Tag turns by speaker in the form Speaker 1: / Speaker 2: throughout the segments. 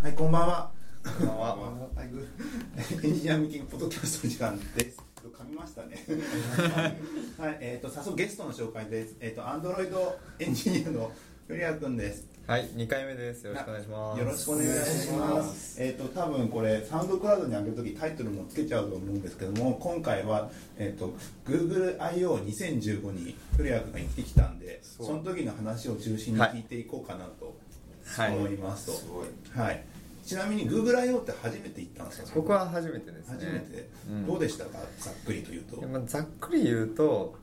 Speaker 1: はい、こんばんは。
Speaker 2: こんばんは
Speaker 1: はい、グーエンジニアミーティングポッドキャストの時間です。噛みましたね。はい、えっ、と、早速ゲストの紹介です。えっ、と、アンドロイドエンジニアのゆりやくんです。
Speaker 2: はい、二回目です。よろしくお願いします。
Speaker 1: よろしくお願いします。えっ、と、多分これ、サウンドクラウドに上げるときタイトルもつけちゃうと思うんですけども、今回は、えっ、と、GoogleIO2015 にゆりやくんが行ってきたんで、その時の話を中心に聞いていこうかなと
Speaker 2: はい
Speaker 1: 思いますと。
Speaker 3: すごい
Speaker 1: はい、ちなみに GoogleIO って初めて行ったんですか
Speaker 2: 僕は初めてですね。
Speaker 1: 初めて、
Speaker 2: うん
Speaker 1: どうでしたかざっくりと言うと、
Speaker 2: でまあ、ざっくり言うと、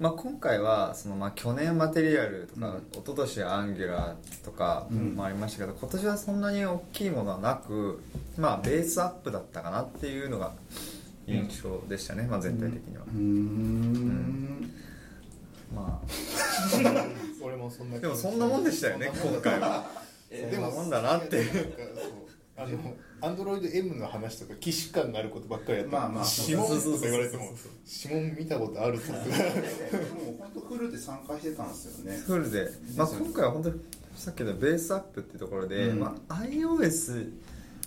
Speaker 2: まあ、今回はその、まあ、去年マテリアルとか、
Speaker 1: うん
Speaker 2: 一昨年アンギュラーとか
Speaker 1: うん
Speaker 2: もありましたけど、今年はそんなに大きいものはなく、まあ、ベースアップだったかなっていうのが印象でしたね、まあ、全体的には
Speaker 1: う、ーん
Speaker 2: ま
Speaker 3: 俺もそんな
Speaker 2: あでもそんなもんでしたよね今回は
Speaker 3: え
Speaker 2: そんなもんだなって
Speaker 3: なんかそうあのアンドロイド M の話とか既視感があることばっかりやった
Speaker 1: まあまあ
Speaker 3: 指紋
Speaker 2: そうそうそ
Speaker 3: と
Speaker 2: う
Speaker 3: か言われても指紋見たことあるとか
Speaker 1: でもう本当フルで参加してたんですよね
Speaker 2: フルで、まあ、今回は本当にさっきのベースアップっていうところで、
Speaker 1: うん
Speaker 2: まあ、iOS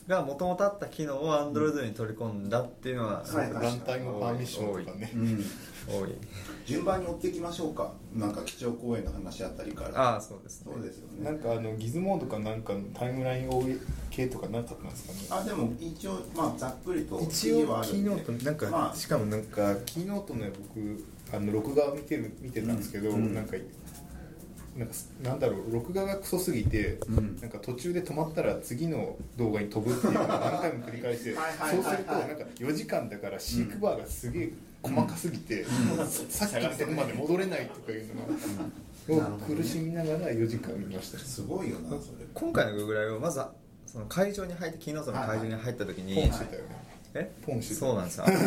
Speaker 2: がもともとあった機能を Android に取り込んだっていうのはすごく
Speaker 1: はい
Speaker 3: 団体のパーミッションとかね
Speaker 1: うん
Speaker 2: 多い
Speaker 1: 順番に追っていきましょうかなんか基調講演の話あたりから
Speaker 2: ああそうですね
Speaker 1: そうですよ
Speaker 3: な
Speaker 1: ね
Speaker 3: んかあのギズモードかなんかのタイムライン OA 系とかなかったんですかね
Speaker 1: あでも一応まあざっくりと
Speaker 3: 一
Speaker 1: 次
Speaker 3: 応
Speaker 1: はある
Speaker 3: キ
Speaker 1: ん
Speaker 3: ー
Speaker 1: で
Speaker 3: ノートなんか、
Speaker 1: まあ
Speaker 3: しかもなんかキーノートの僕あの録画を見てる見てたんですけど、
Speaker 1: うん
Speaker 3: なんかなんかなんだろう録画がクソすぎて、
Speaker 1: うん
Speaker 3: なんか途中で止まったら次の動画に飛ぶっていうのを何回も繰り返して
Speaker 1: はいはいはいはい
Speaker 3: そうするとなんか4時間だから飼育バーがすげえ細かすぎて、さっきのとこまで戻れないとかいうのが、
Speaker 1: うん
Speaker 3: を苦しみながら4時間見ました、
Speaker 1: すごいよなそれ
Speaker 2: 今回の Google はまずはその会場に入って昨日その会場に入った時に、
Speaker 3: ポンしてたよね、
Speaker 2: え
Speaker 3: ポンしてた
Speaker 2: そうなんですよあの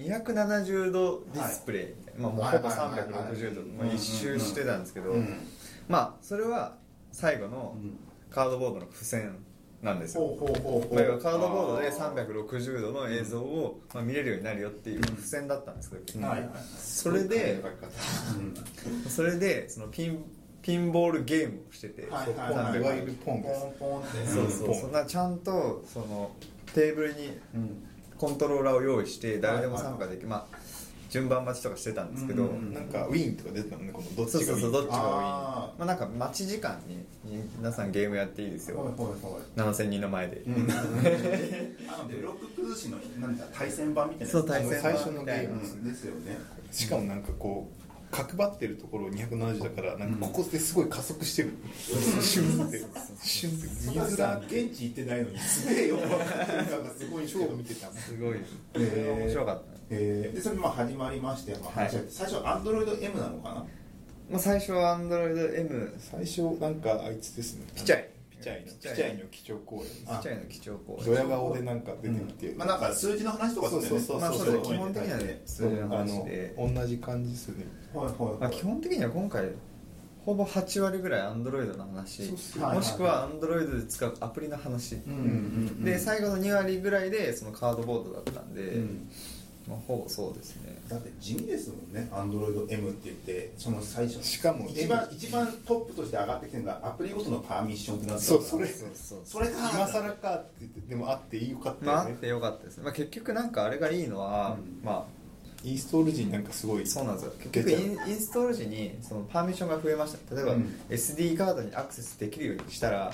Speaker 2: に270度ディスプレイみたいな、まあ、もうほぼ
Speaker 1: はいはいはいはい
Speaker 2: 360度、ま
Speaker 1: うん
Speaker 2: あ、一周してたんですけど、
Speaker 1: うん
Speaker 2: まあそれは最後のカードボードの付箋なんですよ、
Speaker 1: ほうほうほうほ
Speaker 2: まあ要
Speaker 1: う
Speaker 2: はカードボードで360度の映像をまあ見れるようになるよっていう付箋だったんですけど、
Speaker 1: はいはいはい
Speaker 2: それでそれでそのピンピンボールゲームをしてて、
Speaker 1: はいはい
Speaker 2: 360
Speaker 1: はい
Speaker 3: いわゆるポンです
Speaker 1: ポンポンって
Speaker 2: そうそううんそんなちゃんとそのテーブルに
Speaker 1: うん
Speaker 2: コントローラーを用意して誰でも
Speaker 1: はいはい
Speaker 2: 参加できる、まあ順番待ちとかしてたんですけど、
Speaker 1: うんうんうん
Speaker 3: なんかウィーンとか出てたのねこのどっち
Speaker 2: そう
Speaker 3: がウィーン
Speaker 2: そうそうどっちが多
Speaker 1: あ
Speaker 2: い
Speaker 1: ー
Speaker 2: まあなんか待ち時間に皆さんゲームやっていいです
Speaker 1: ほい
Speaker 2: よ
Speaker 1: ほいほい
Speaker 2: 7000人の前で、
Speaker 1: うんあのブロック崩しのなんだ対戦版みたいな
Speaker 2: そう対戦
Speaker 3: 最初のゲーム
Speaker 1: うんですよね
Speaker 3: しかもなんかこう角張ってるところ270だからなんかここですごい加速してる、シュンってシュンって水だ
Speaker 1: 現地行ってないのにすげえよくわかってるからすごい
Speaker 3: 超見てた
Speaker 2: すごい、
Speaker 1: えー
Speaker 2: 面白かった、
Speaker 1: えーでそれまあ始まりまして、まあ、話し合って最初アンドロイド M なのかな
Speaker 2: まあ、最初は AndroidM
Speaker 3: 最初なんかあいつですね
Speaker 2: ピチャイ
Speaker 3: ピチャイの
Speaker 2: ピ
Speaker 3: ピ
Speaker 2: チ
Speaker 3: チ
Speaker 2: ャイ
Speaker 3: ャイの基調講演
Speaker 2: ちっちゃいの基調講
Speaker 3: ドヤ顔でなんか出てきて、
Speaker 1: まあなんか数字の話とか
Speaker 3: そうそう
Speaker 2: まあ
Speaker 3: そう
Speaker 2: そうです基本的にはね数字の
Speaker 3: あ
Speaker 2: 話
Speaker 3: の
Speaker 2: で、
Speaker 3: 同じ感じですね
Speaker 1: はいはいはい、
Speaker 2: まあ、基本的には今回ほぼ8割ぐらい Android の話
Speaker 3: そうっす
Speaker 1: よね
Speaker 2: もしくは Android で使うアプリの話、
Speaker 1: うんうんうん
Speaker 2: で最後の2割ぐらいでそのカードボードだったんで、
Speaker 1: うん
Speaker 2: まあ、ほぼそうですね
Speaker 1: だって地味ですもんねアンドロイド M って言ってその最初
Speaker 3: しかも
Speaker 1: 一番一番トップとして上がってきてるのがアプリごとのパーミッションってなってたから
Speaker 3: そうそれ
Speaker 2: そうそう
Speaker 1: それか
Speaker 3: 今更かって言ってでもあっていいよかった
Speaker 2: まあ
Speaker 3: よ
Speaker 2: あっ
Speaker 3: ね、
Speaker 2: てよかったですね、まあ、結局なんかあれがいいのは、
Speaker 1: うん
Speaker 2: ま
Speaker 3: インストール時になんかすごい
Speaker 2: あそうなんですよ結局インインストール時にそのパーミッションが増えました例えば、
Speaker 1: うん
Speaker 2: SD カードにアクセスできるようにしたら、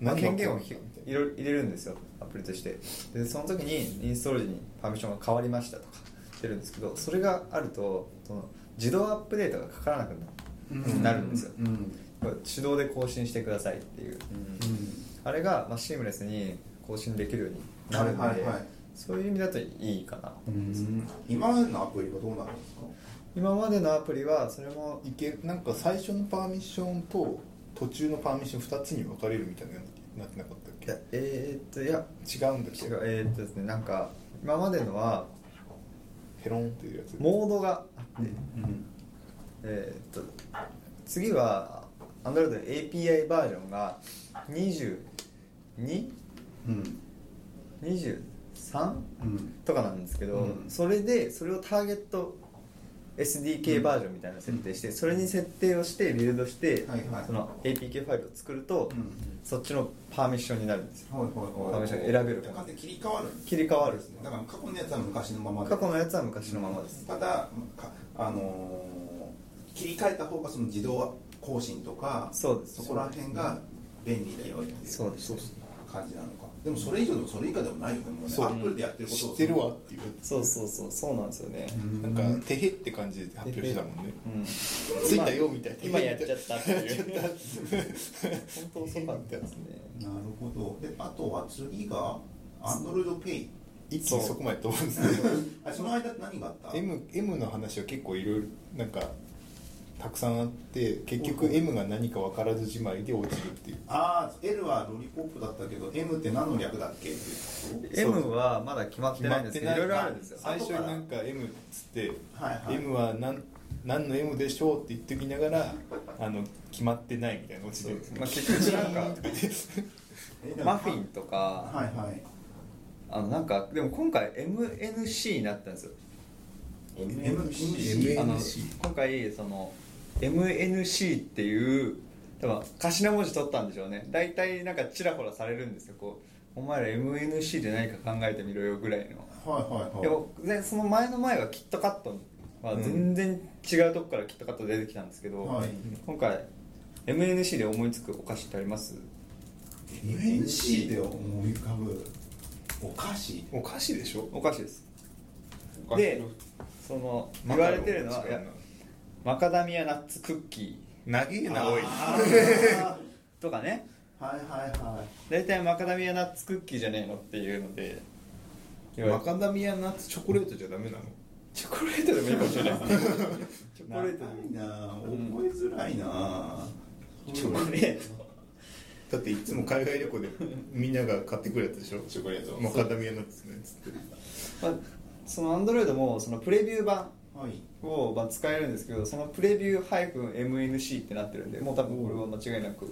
Speaker 2: まあ、権限をひいろいろ入れるんですよアプリとしてでその時にインストール時にパーミッションが変わりましたとか出るんですけどそれがあるとその自動アップデートがかからなくなる
Speaker 1: うん
Speaker 2: なるんですよ
Speaker 1: うん
Speaker 2: これ手動で更新してくださいっていうあれが、まあ、シームレスに更新できるようになるので、
Speaker 1: はいはいはい
Speaker 2: そういう意味だといいかな
Speaker 1: うんうん今までのアプリはどうなるんですか
Speaker 2: 今までのアプリはそれも
Speaker 3: いけなんか最初のパーミッションと途中のパーミッション2つに分かれるみたいなのになってなかったっ
Speaker 2: いやえー、っといや
Speaker 3: け違うんだっけ
Speaker 2: 違うえー、っとですねなんか今までのは
Speaker 3: ペロンっていうやつ
Speaker 2: モードがあって、
Speaker 1: うん
Speaker 2: えーっと次は Android の API バージョンが 22?23?
Speaker 1: うん
Speaker 2: とかなんですけど、それでそれをターゲット SDK バージョンみたいなの設定して、それに設定をしてビルドして、
Speaker 1: はいはい
Speaker 2: その APK ファイルを作ると、
Speaker 1: うん
Speaker 2: そっちのパーミッションになるんですよ
Speaker 1: はいはいはい
Speaker 2: 試したら選べる
Speaker 1: 完全に切り替わるんです
Speaker 2: 切り替わるん
Speaker 1: で
Speaker 2: ですす
Speaker 1: ね
Speaker 2: ね
Speaker 1: だから過去のやつは昔のままで
Speaker 2: 過去のやつは昔のままです、
Speaker 1: ただかあのー切り替えた方がその自動更新とか
Speaker 2: そうです
Speaker 1: こら辺が便利だよっていう
Speaker 2: そうです
Speaker 3: そうっすね
Speaker 1: 感じなのかでもそれ以上でもそれ以下でもないよねもうねア
Speaker 3: そう
Speaker 1: ップルでやってること
Speaker 3: 知
Speaker 1: を
Speaker 3: ってるわっていう
Speaker 2: そうそうそうそうなんですよね、
Speaker 3: なんか「てへ」って感じで発表してたもんね
Speaker 2: うん
Speaker 3: 「ついたよ」みたいな
Speaker 2: 今やっちゃ
Speaker 3: っ
Speaker 2: ったっていう本当遅かったですね
Speaker 1: なるほどであとは次が AndroidPay
Speaker 3: 一気にそこまで飛ぶんですね
Speaker 1: あその間何があった
Speaker 3: M, M の話は結構いろいろなんかたくさんあって結局 M が何か分からずじまいで落ちるっていう
Speaker 1: ああ L はロリポップだったけど M って何の略だっけっていうこと
Speaker 2: M はまだ決まっ
Speaker 3: 決
Speaker 2: て
Speaker 3: ま
Speaker 2: な
Speaker 3: っ
Speaker 2: いんですけ
Speaker 3: て
Speaker 2: ど
Speaker 3: な
Speaker 2: い
Speaker 3: い
Speaker 2: ろいろあるんですよ
Speaker 3: 最初になんか M っつって、
Speaker 1: はいはい
Speaker 3: M は何何の M でしょうって言っておきながらあの決まってないみたいなオチで
Speaker 2: まあ、結局なんか
Speaker 1: えでも
Speaker 2: マフィンとか、
Speaker 1: はいはい
Speaker 2: あのなんかでも今回 MNC になったんですよ
Speaker 1: MNC
Speaker 2: あの今回その MNC っていう多分頭文字取ったんでしょうね大体なんかちらほらされるんですよこうお前ら MNC で何か考えてみろよぐらいの
Speaker 1: はいはい
Speaker 2: で
Speaker 1: はい
Speaker 2: もねその前の前はキットカットは全然違うとこからキットカット出てきたんですけど、
Speaker 1: はい
Speaker 2: 今回 MNC で思いつくお菓子ってあります
Speaker 1: MNC で思い浮かぶお菓子
Speaker 3: お菓子でしょ
Speaker 2: お菓子です
Speaker 3: お菓子
Speaker 2: でその言われてるのは
Speaker 3: マ
Speaker 2: い
Speaker 3: カロ
Speaker 2: や
Speaker 3: ン
Speaker 2: マカダミアナッツクッキ
Speaker 3: 長えなおい
Speaker 1: あー
Speaker 2: ー とかね
Speaker 1: はいはいはい
Speaker 2: 大体マカダミアナッツクッキーじゃねえのっていうので言わ
Speaker 3: マ
Speaker 2: れて
Speaker 3: カダミアナッツチョコレートじゃダメなの
Speaker 2: チョコレートでもいいかもしれないですね チョコレートでも
Speaker 1: 長いな覚えづらいな
Speaker 2: チョコレート
Speaker 3: だっていつも海外旅行 でみんなが買ってくるやつでしょ
Speaker 1: チョコレート
Speaker 3: マカダミアナッツねっつって
Speaker 2: まあそのアンドロイドもそのプレビュー版
Speaker 1: はい
Speaker 2: をまあ使えるんですけどそのプレビューハイフン MNC ってなってるんでもう多分これは間違いなく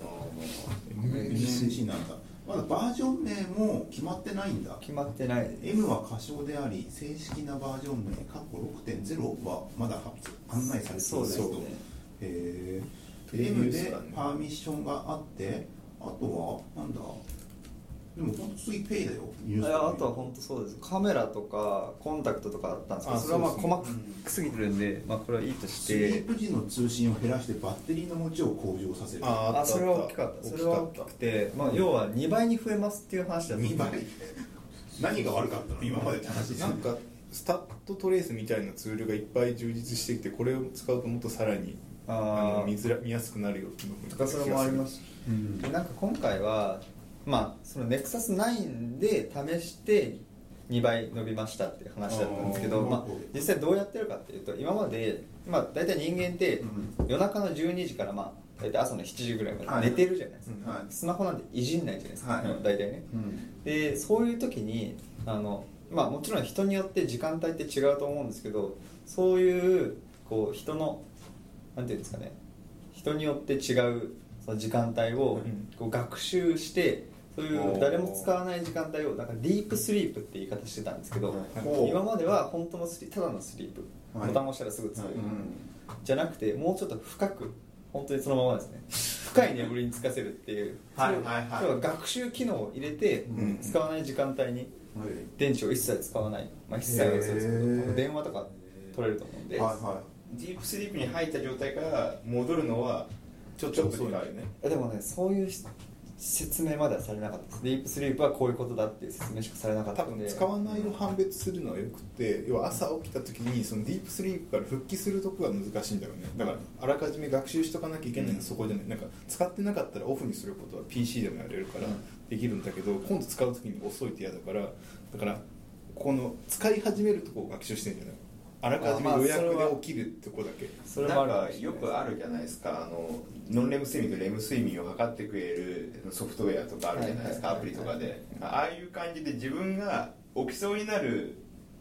Speaker 1: MNC なんだまだバージョン名も決まってないんだ
Speaker 2: 決まってない
Speaker 1: M は仮称であり正式なバージョン名過去6.0はまだ発案内されていないと
Speaker 2: そうですね
Speaker 1: へ
Speaker 3: プレ
Speaker 1: え
Speaker 3: ビュ
Speaker 1: M
Speaker 3: ーです
Speaker 1: で
Speaker 3: からね
Speaker 1: パーミッションがあってあとはなんだでも本当次ペイだよ
Speaker 2: いやあとは本当そうですカメラとかコンタクトとかあったんですけど
Speaker 3: あ
Speaker 2: それはまあ
Speaker 3: そうですね
Speaker 2: 細かくすぎてるんで、まあ、これはいいとし
Speaker 1: スリ
Speaker 2: て
Speaker 1: ープ時の通信を減らしてバッテリーの持ちを向上させる
Speaker 3: あー
Speaker 2: あ
Speaker 3: った
Speaker 2: それは大きか
Speaker 3: あ
Speaker 2: った
Speaker 3: た
Speaker 2: それは大きくて、まあ、要は2倍に増えますっていう話だった
Speaker 1: 2倍何が悪かったの今までって話
Speaker 3: なんかスタッドトレースみたいなツールがいっぱい充実してきてこれを使うともっとさらにあ
Speaker 2: あ
Speaker 3: の見
Speaker 2: ー
Speaker 3: づら見やすくなるよっていうのも
Speaker 2: とかそれもありますす
Speaker 1: うん
Speaker 2: でなんか今回はまあその NEXUS9 で試して2倍伸びましたっていう話だったんですけど
Speaker 1: あー
Speaker 2: まあ、実際どうやってるかっていうと今まで、まあ、大体人間って
Speaker 1: う
Speaker 2: 夜中の12時からまあ大体朝の7時ぐらいま
Speaker 1: はい
Speaker 2: で寝てるじゃないですか、
Speaker 1: はい
Speaker 2: スマホなんていじんないじゃないですか、
Speaker 1: はい
Speaker 2: 大体ね、
Speaker 1: うん
Speaker 2: でそういう時にあの、まあ、もちろん人によって時間帯って違うと思うんですけどそういうこう人のなんていうんですかね人によって違うその時間帯を
Speaker 3: うん
Speaker 2: こう学習してそうい
Speaker 3: お
Speaker 2: う
Speaker 3: ー
Speaker 2: 誰も使わない時間帯をなんかディープスリープって言い方してたんですけど
Speaker 1: おー
Speaker 2: 今までは本当のスリただのスリープ
Speaker 1: はい
Speaker 2: ボタン押したらすぐ使う
Speaker 3: はい
Speaker 2: じゃなくてもうちょっと深く本当にそのままですね深い眠りにつかせるっていう
Speaker 1: はいはいはい
Speaker 2: 要は学習機能を入れて
Speaker 1: うん
Speaker 2: 使わない時間帯に電池を一切使わない、まあ、一切はそうですけ
Speaker 1: へー
Speaker 2: ど電話とか取れると思うんで、
Speaker 1: はいは
Speaker 4: ディープスリープに入った状態から戻るのはちょちょっと違うよね
Speaker 2: えでもねそういうし説明まではされなかったですディープスリープはこういうことだっていう説明しかされなかった
Speaker 3: 多
Speaker 2: んで
Speaker 3: 分使わないを判別するのはよくて要は朝起きた時にそのディープスリープから復帰するとこが難しいんだろうねだからあらかじめ学習しとかなきゃいけないのはそこじゃないなんか使ってなかったらオフにすることは PC でもやれるからできるんだけど今度使う時に遅いって嫌だからだからこの使い始めるとこを学習してんじゃないあらかじめ予約で起きるとこだけ
Speaker 2: それも
Speaker 4: な
Speaker 2: あ
Speaker 4: ん
Speaker 2: るか
Speaker 4: か
Speaker 2: もしれない
Speaker 4: よくあるじゃないですかあのノンレム睡眠とレム睡眠を測ってくれるソフトウェアとかあるじゃないですか
Speaker 2: はい
Speaker 4: ア
Speaker 2: は
Speaker 4: プ
Speaker 2: い
Speaker 4: リと
Speaker 2: はい
Speaker 4: かでああいう感じで自分が起きそうになる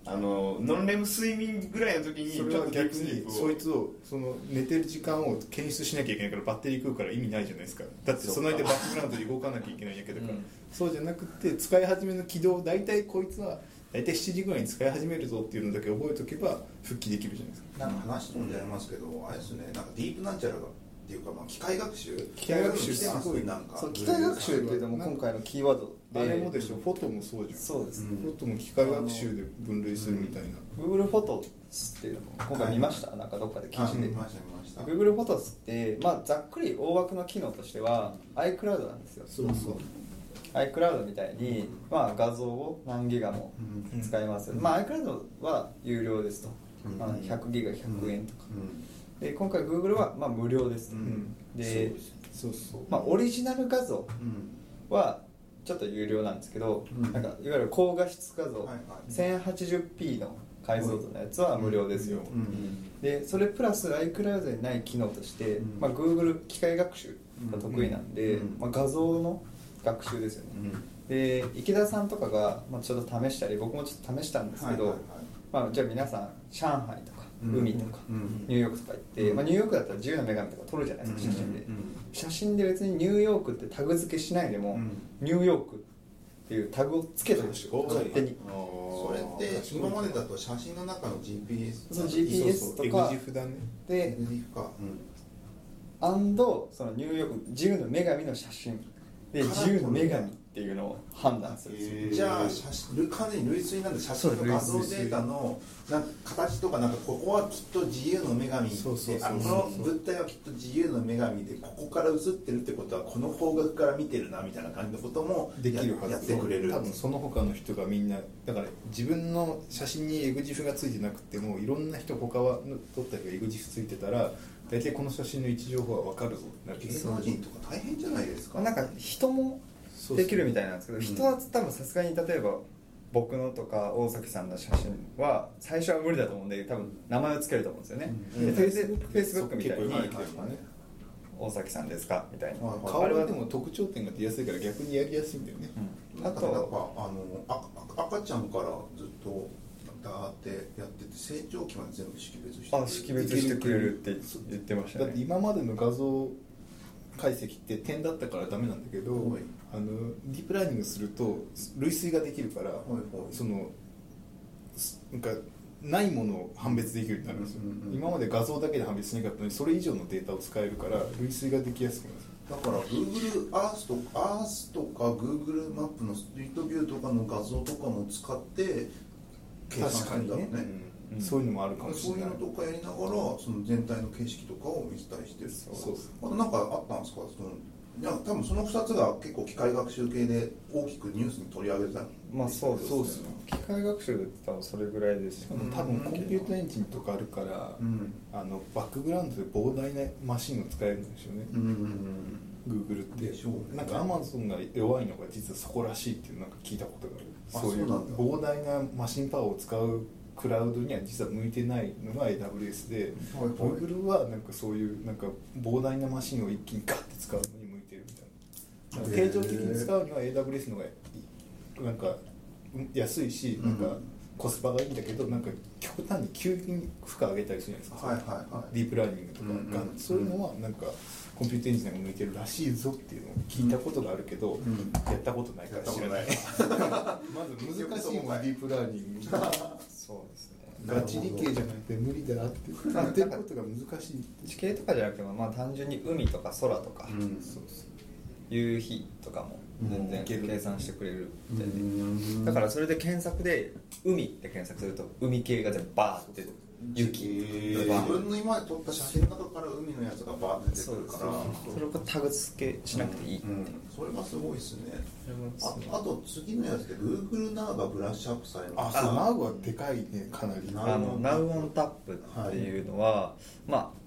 Speaker 4: あのノンレム睡眠ぐらいの時にち
Speaker 3: そ
Speaker 4: ょっ
Speaker 3: れは
Speaker 4: とディー
Speaker 3: 逆
Speaker 4: プスリー
Speaker 3: に
Speaker 4: プを
Speaker 3: そいつをその寝てる時間を検出しなきゃいけないからバッテリー食うから意味ないじゃないですかだってその間バックグラウンドで動かなきゃいけないんやけどから
Speaker 2: うん
Speaker 3: そうじゃなくて使い始めの軌道大体こいつは大体7時ぐらいに使い始めるぞっていうのだけ覚えとけば復帰できるじゃないですか
Speaker 1: なんか話飛んじゃいますけど、あれですね、なんかディープナチュラルっていうか、まあ、機械学習、
Speaker 3: 機械学習
Speaker 1: 来てます
Speaker 3: ごい
Speaker 1: なんか、
Speaker 2: そう機械学習っていうのも今回のキーワード
Speaker 3: あ
Speaker 2: で
Speaker 3: れもでしょフォトもそうじゃん
Speaker 2: そうです
Speaker 1: うん
Speaker 3: フォトも機械学習で分類するみたいな、
Speaker 2: Google フォトスっていうのも今回見ました、なんかどっかで記
Speaker 1: あ
Speaker 2: 事
Speaker 1: 見
Speaker 2: で、
Speaker 1: ました、見ました。
Speaker 2: Google フォトスって、まあ、ざっくり大枠の機能としては iCloud なんですよ
Speaker 3: そうそう
Speaker 2: iCloud みたいに、まあ、画像を何ギガも
Speaker 1: うん
Speaker 2: 使えます、
Speaker 1: うん
Speaker 2: まあ、iCloud は有料ですと、
Speaker 1: うん
Speaker 2: まあ、100ギガ100円とか、
Speaker 1: うん
Speaker 2: で今回 Google はまあ無料ですと、
Speaker 1: うん
Speaker 2: で、
Speaker 3: そうそう
Speaker 2: まあ、オリジナル画像
Speaker 1: うん
Speaker 2: はちょっと有料なんですけど、
Speaker 1: うん
Speaker 2: なんかいわゆる高画質画像、
Speaker 1: はいはい
Speaker 2: 1080p の解像度のやつは無料ですよ、
Speaker 1: うん
Speaker 2: でそれプラス iCloud にない機能として、
Speaker 1: うん
Speaker 2: まあ、Google 機械学習が得意なんで、
Speaker 1: うん
Speaker 2: まあ、画像の学習ですよね、
Speaker 1: うん
Speaker 2: で池田さんとかが、まあ、ちょっと試したり僕もちょっと試したんですけど、
Speaker 1: はいはい
Speaker 2: まあ、じゃあ皆さん上海とか
Speaker 1: うん
Speaker 2: 海とか、
Speaker 1: うん
Speaker 2: ニューヨークとか行って、
Speaker 1: うん
Speaker 2: まあ、ニューヨークだったら自由な女神とか撮るじゃないですか写真で、
Speaker 1: うんうんうん
Speaker 2: 写真で別にニューヨークってタグ付けしないでも、
Speaker 1: うん
Speaker 2: ニューヨークっていうタグを付けてほしい
Speaker 3: 確か
Speaker 2: 勝
Speaker 3: に
Speaker 2: 手に
Speaker 3: あ
Speaker 1: そ
Speaker 3: ー
Speaker 1: れって、今までだと写真の中の GPS
Speaker 2: そう GPS とか
Speaker 3: エグジフだね
Speaker 2: で
Speaker 1: NDF か、
Speaker 2: アンドそのニューヨーク自由の女神の写真で
Speaker 1: から
Speaker 2: 自由の女神っていうのを判断するんですよ
Speaker 4: へー
Speaker 1: じゃあ写真完全に類推なんで写真
Speaker 2: そ
Speaker 1: と
Speaker 2: う類推
Speaker 1: 画像データのなんか形とかなんかここはきっと自由の女神で
Speaker 3: そうそうそう
Speaker 1: あこの物体はきっと自由の女神でここから映ってるってことはこの方角から見てるなみたいな感じのことも
Speaker 3: できるはず
Speaker 1: やってくれる
Speaker 3: 多分その他の人がみんなだから自分の写真にエグジフがついてなくてもいろんな人他は撮った人がエグジフついてたら大体この写真の位置情報は分かるぞってなる
Speaker 1: 芸能人とか大変じゃないですか
Speaker 2: なんか人も
Speaker 3: そうそう
Speaker 2: できるみたいなんですけど
Speaker 1: うん
Speaker 2: 人は多分さすがに例えば僕のとか大崎さんの写真は最初は無理だと思うんで多分名前を付けると思うんですよね、
Speaker 1: うん
Speaker 2: でフェイスフェイスブックみたいに
Speaker 3: 結構いいですよね
Speaker 2: 「大崎さんですか?」みたいな、
Speaker 1: はいはい
Speaker 3: 顔はでも特徴点が出やすいから逆にやりやすいんだよね、
Speaker 2: うん、
Speaker 1: な
Speaker 2: あ
Speaker 1: んかなんか
Speaker 2: と
Speaker 1: あのああ赤ちゃんからずっとだーってやってて成長期まで全部識別してくれる
Speaker 2: あ識別してくれるって言ってました
Speaker 3: だって
Speaker 2: ね
Speaker 3: 今までの画像解析って点だったからダメなんだけど、
Speaker 1: はい
Speaker 3: あのディープラーニングすると類推ができるから、
Speaker 1: はい
Speaker 3: そのすなんかないものを判別できるようになるんですよ、
Speaker 1: うんうんうん
Speaker 3: 今まで画像だけで判別しなかったのにそれ以上のデータを使えるから類推ができやすくなるんですよ
Speaker 1: だから Google Earth とか Earth とか Google マップのストリートビューとかの画像とかも使って計算してんだろうね
Speaker 3: 確かにね
Speaker 2: うん
Speaker 3: そういうのもあるかもし
Speaker 1: そう
Speaker 3: れ
Speaker 1: い
Speaker 3: な
Speaker 1: う
Speaker 3: い
Speaker 1: のとかやりながらその全体の景色とかを見せたりしてる
Speaker 2: そう
Speaker 3: そうそう
Speaker 1: あとなんかあったんですかそのいや多分その2つが結構機械学習系で大きくニュースに取り上げた
Speaker 2: まあそうですね
Speaker 3: そうっすね
Speaker 2: 機械学習で多分それぐらいです
Speaker 3: し
Speaker 2: よ
Speaker 3: かも多分コンピューターエンジンとかあるから、
Speaker 1: うん
Speaker 3: あのバックグラウンドで膨大なマシンを使えるんですよね、
Speaker 1: うん
Speaker 3: Google って、
Speaker 1: でしょうね
Speaker 3: なんか Amazon が弱いのが実はそこらしいっていうなんか聞いたことがある
Speaker 1: あ
Speaker 3: そういう
Speaker 1: そうなんだ
Speaker 3: 膨大なマシンパワーを使うクラウドには実は向いてないのが AWS で、
Speaker 1: はいはい
Speaker 3: Google はなんかそういうなんか膨大なマシンを一気にガッて使うのに向いてるみたいななんか
Speaker 1: へー
Speaker 3: 定常的に使うには AWS の方がいいなんかうん安いしなん
Speaker 1: う
Speaker 3: か
Speaker 1: ん
Speaker 3: コスパがいいんだけどなんか極端に急激に負荷上げたりするじゃ
Speaker 1: は
Speaker 3: ないいですか、
Speaker 1: はいはい
Speaker 3: ディープラーニングとかが、
Speaker 1: うんうん
Speaker 3: そういうのはなんかコンピューターエンジニアが向いてるらしいぞっていうのを聞いたことがあるけど、
Speaker 1: ん
Speaker 3: やったことないから知らない まず難しいもんディープラーニング
Speaker 2: そうですね
Speaker 3: ガチ理系じゃなくて無理だってやってることが難しい
Speaker 2: 地形とかじゃなくても、まあ、単純に海とか空とか、
Speaker 1: うん
Speaker 3: そうそう
Speaker 2: 夕日とかも全
Speaker 1: う
Speaker 2: 然
Speaker 1: ん
Speaker 2: 計算してくれるみたいで
Speaker 1: うん
Speaker 2: だからそれで検索で「海」って検索すると海系が全部バーって雪
Speaker 1: 自
Speaker 2: がバー
Speaker 1: 分の今まで撮った写真の中から海のやつがバーって出てくるから
Speaker 2: それをタグ付けしなくていいって
Speaker 1: う、
Speaker 2: いうん
Speaker 1: それはすごいですね
Speaker 2: それも
Speaker 1: ああと次のやつで Google Now がブラッシュアップされま
Speaker 3: あ
Speaker 1: し
Speaker 3: そう
Speaker 1: た
Speaker 3: ナウはでかいねかなり
Speaker 1: な
Speaker 2: あの Now on Tap っていうのは、まあ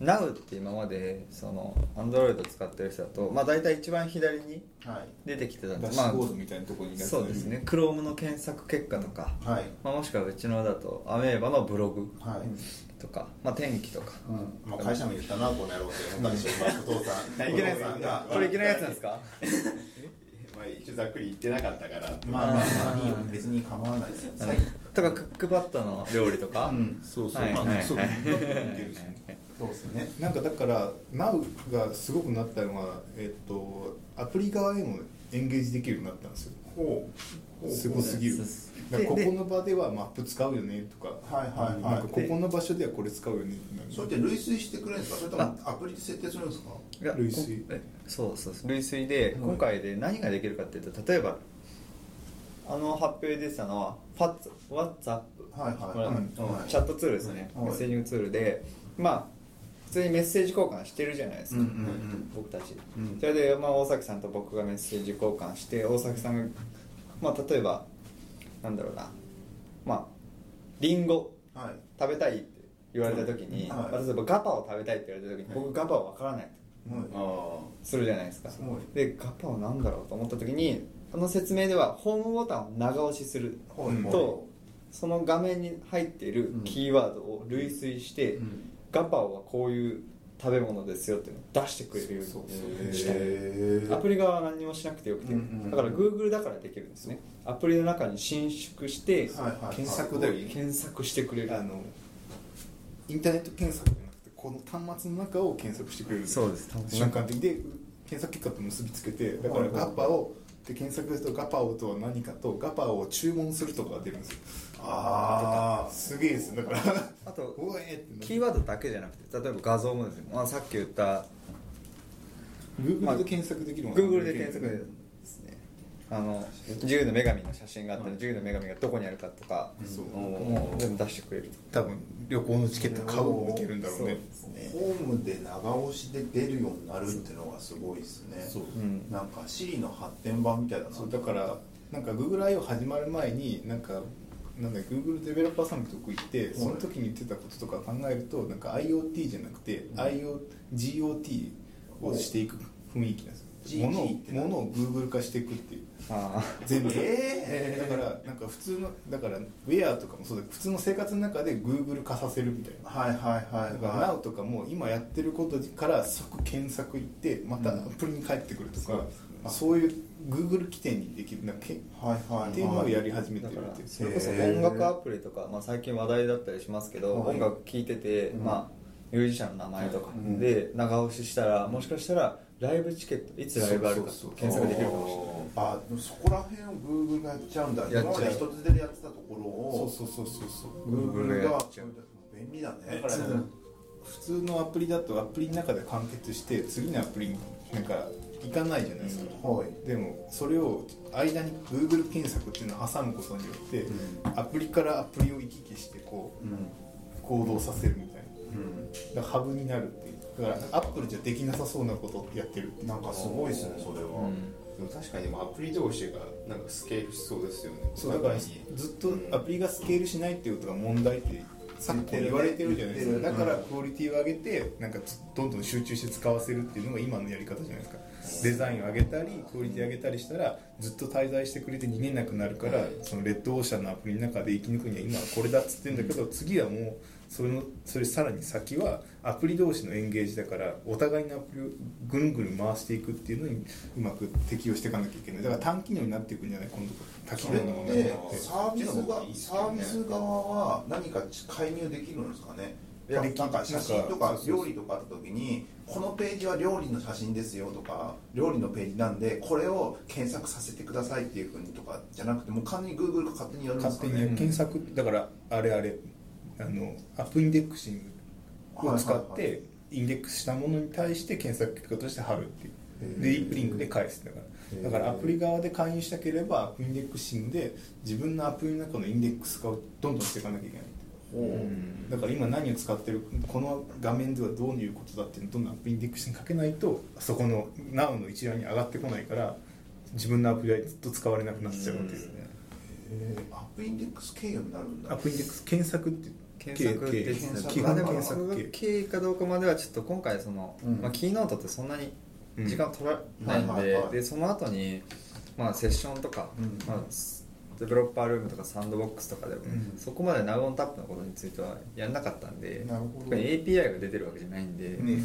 Speaker 2: Now って今までその Android 使ってる人だとまあ大体一番左に
Speaker 1: はい
Speaker 2: 出てきてたんで
Speaker 3: ダッシ
Speaker 2: まあ
Speaker 3: ュボードみたいなところに
Speaker 2: そうですね Chrome の検索結果とか、
Speaker 1: はい
Speaker 2: まあ、もしくはうちのだとアメーバのブログ
Speaker 1: はい、
Speaker 2: とか、まあ、天気とか
Speaker 1: うんまあ、会社も言ったなこの野郎って思ったでしょうお父さん
Speaker 2: いけない
Speaker 1: お父
Speaker 2: です
Speaker 1: さんが
Speaker 2: これいけないやつなんですか
Speaker 4: まあ、一応ざっくり言ってなかったから
Speaker 1: まあまあまあいいよ別に構わないですよはい
Speaker 2: とかクックパッドの料理とか、
Speaker 1: うん
Speaker 3: そうそう、
Speaker 2: はい
Speaker 3: まあ
Speaker 2: はい
Speaker 3: そう
Speaker 2: はい
Speaker 3: なんか似てるしね
Speaker 1: そうですね
Speaker 3: なんかだから「Now」がすごくなったのは、えっと、アプリ側へもエンゲージできるようになったんですよ
Speaker 1: ほう
Speaker 3: すごすぎる
Speaker 2: そうです
Speaker 3: だからこ
Speaker 2: で
Speaker 3: この場ではマップ使うよねとか
Speaker 1: はいはいはい
Speaker 3: なんかここの場所ではこれ使うよねってなる
Speaker 1: それって類推してくれるんですかそれともアプリで設定するんですか
Speaker 2: いや
Speaker 3: 類推
Speaker 2: こえそうそうそう類推で今回で何ができるかっていうと例えばあの発表で出てたのはファッツ WhatsApp
Speaker 1: はいはい
Speaker 2: これ
Speaker 1: うんはい
Speaker 2: チャットツールですね、
Speaker 1: はい
Speaker 2: メッセージングツールでまあ普通にメッセージ交換してるじゃないですか、
Speaker 1: うんうんうん
Speaker 2: 僕たち、
Speaker 1: うん
Speaker 2: それで、まあ、大崎さんと僕がメッセージ交換して大崎さんが、まあ、例えばなんだろうなまあリンゴ
Speaker 1: はい
Speaker 2: 食べたいって言われた時に、
Speaker 1: はい
Speaker 2: まあ例えばガパオ食べたいって言われた時に僕ガパオ分からないと
Speaker 1: はい
Speaker 4: ああ
Speaker 2: するじゃないですか
Speaker 1: すごい
Speaker 2: でガパオなんだろうと思った時にあの説明ではホームボタンを長押しする
Speaker 1: ほいほい
Speaker 2: とその画面に入っているキーワードを類推して、
Speaker 1: うん
Speaker 2: ガパオはこういう食べ物ですよっていうのを出してくれるよ
Speaker 3: そう
Speaker 2: う
Speaker 3: そう
Speaker 2: にしたい
Speaker 1: へー
Speaker 2: アプリ側は何もしなくてよくて、
Speaker 1: うんうんうん
Speaker 2: だから Google だからできるんですねアプリの中に伸縮して、
Speaker 1: はいはいはい
Speaker 3: 検索だよね
Speaker 2: 検索してくれる
Speaker 3: あのインターネット検索じゃなくてこの端末の中を検索してくれる
Speaker 2: そうです
Speaker 3: 瞬間的で検索結果と結びつけてだからガパオって検索するとガパオとは何かとガパオを注文するとかが出るんですよ
Speaker 1: あー
Speaker 3: すげえですだから
Speaker 2: あと
Speaker 3: おえって
Speaker 2: キーワードだけじゃなくて例えば画像もですね、まあ、さっき言った
Speaker 3: Google で検索できるもん
Speaker 2: Google で検索ですねあの自由の女神の写真があったら自由の女神がどこにあるかとか
Speaker 3: そう
Speaker 2: もう全部出してくれる
Speaker 3: 多分旅行のチケット買うもいけるんだろうね
Speaker 1: ホームで長押しで出るようになるっていうのがすごいですね
Speaker 3: そう
Speaker 2: うん
Speaker 1: なんか Siri の発展版みたいだな
Speaker 3: そうだからなんか GoogleIO 始まる前になんかなんだ Google デベロッパーサミット行ってその時に言ってたこととか考えるとなんか IoT じゃなくて IO GOT をしていく雰囲気なんですよ
Speaker 1: GT
Speaker 3: ものを
Speaker 1: って
Speaker 3: ものを Google 化していくっていう
Speaker 2: あ
Speaker 3: 全部
Speaker 1: え
Speaker 3: だからなんか普通のだからウェアとかもそうだけど普通の生活の中で Google 化させるみたいな
Speaker 1: はいはいはい
Speaker 3: だから
Speaker 1: は
Speaker 3: Now とかも今やってることから即検索行ってまたアプリに帰ってくるとか、まあそういう Google 起点にできるなんかけっ
Speaker 1: いはいはいはい
Speaker 3: ていうのをやり始
Speaker 2: ー
Speaker 3: め
Speaker 2: だ
Speaker 3: て
Speaker 2: か
Speaker 3: る
Speaker 2: ら
Speaker 3: っていう
Speaker 2: それこそ音楽アプリとか、まあ、最近話題だったりしますけど、
Speaker 1: はい
Speaker 2: 音楽聴いてて、
Speaker 1: うん
Speaker 2: まあミュージシャンの名前とか
Speaker 1: うん
Speaker 2: で長押ししたらもしかしたらライブチケットいつライブあるか
Speaker 3: そうそうそう
Speaker 2: 検索できるかもしれない
Speaker 1: あーでもそこら辺を Google がやっちゃうんだ
Speaker 2: やっちゃ
Speaker 1: 今
Speaker 2: う
Speaker 1: まで一つでやってたところ
Speaker 3: そう
Speaker 1: を
Speaker 3: そうそうそうそう
Speaker 1: Google
Speaker 2: Google
Speaker 1: が
Speaker 2: が
Speaker 1: や
Speaker 2: や
Speaker 1: っ
Speaker 2: っ
Speaker 1: ち
Speaker 2: ち
Speaker 1: ゃ
Speaker 2: ゃ
Speaker 1: う
Speaker 2: う
Speaker 1: 便利だね
Speaker 3: だから普通のアプリだとアプリの中で完結して次のアプリになんか行かないじゃないですか、
Speaker 1: はい
Speaker 3: でもそれを間に Google 検索っていうのを挟むことによって、
Speaker 1: うん
Speaker 3: アプリからアプリを行き来してこう
Speaker 1: うん
Speaker 3: 行動させるみたいな
Speaker 1: う
Speaker 3: だからハブになるっていうだからアップルじゃできなさそうなことをやってるってい
Speaker 1: ん
Speaker 3: う
Speaker 1: なんかすごいですねそれは
Speaker 4: でも確かにでもアプリ同士がなんかスケールしそうですよね
Speaker 3: そうだから
Speaker 4: お
Speaker 3: ず
Speaker 4: 互いに
Speaker 3: っとアプリがスケールしないっていうことが問題って昨今言われてるじゃないです
Speaker 1: 言っ
Speaker 3: か
Speaker 1: て
Speaker 3: だ
Speaker 1: る
Speaker 3: からクオリティを上げてなんかつどんどん集中して使わせるっていうのが今のやり方じゃないですかデザインを上げたりクオリティを上げたりしたらずっと滞在してくれて逃げなくなるからそのレッドオーシャンのアプリの中で生き抜くには今はこれだっつってんだけど次はもうそれのそれさらに先はアプリ同士のエンゲージだからお互いのアプリをぐるんぐるん回していくっていうのにうまく適用していかなきゃいけないだから短期能になっていくんじゃない今度多機
Speaker 1: そ
Speaker 3: 能
Speaker 1: れっ
Speaker 3: のものにな
Speaker 1: て
Speaker 3: って
Speaker 1: サービスがサービス側は何か介入できるんですかね
Speaker 3: いや
Speaker 1: なんか写真と
Speaker 3: な
Speaker 1: か
Speaker 3: んか
Speaker 1: 料理とかあった時にこのページは料理の写真ですよとか料理のページなんでこれを検索させてくださいっていうふうにとかじゃなくてもう完全に Google が勝手にやるんで
Speaker 3: 勝
Speaker 1: すか
Speaker 3: 手に
Speaker 1: ね
Speaker 3: 検索だからあれあれあのアップインデックシングを使っ
Speaker 1: はいはいは
Speaker 3: てインデックスしたものに対して検索結果として貼るっていう
Speaker 1: へー
Speaker 3: でリップリンクで返すだか
Speaker 1: へー
Speaker 3: らだからアプリ側で勧誘したければアップインデックシングで自分のアプリの中のインデックス化をどんどんしていかなきゃいけない
Speaker 1: ほう
Speaker 3: だから今何を使ってるこの画面ではどういうことだっていうのをどんどんアップインデックスにかけないとそこの Now の一覧に上がってこないから自分のアプリはずっと使われなくなっちゃうわけですね
Speaker 1: へーアップインデックス経由になるんだ
Speaker 3: アップインデックス検索って
Speaker 2: 検索って
Speaker 3: 経
Speaker 1: 検索
Speaker 3: 基
Speaker 2: まあ
Speaker 3: 本
Speaker 2: でも
Speaker 3: 検
Speaker 2: 検索
Speaker 3: 索
Speaker 2: が
Speaker 3: 系
Speaker 2: 経緯かどうかまではちょっと今回その、
Speaker 1: うん
Speaker 2: まあ、キーノートってそんなに
Speaker 3: うん
Speaker 2: 時間取らないんで,、
Speaker 1: はいはいはい
Speaker 2: でその後にまあセッションとか、
Speaker 1: うん
Speaker 2: まあ、スデベロッパールームとかサンドボックスとかでも、
Speaker 1: ん
Speaker 2: そこまでナウオンタップのことについてはやんなかったんで
Speaker 1: なるほど
Speaker 2: 特に API が出てるわけじゃないんで、
Speaker 1: うんうん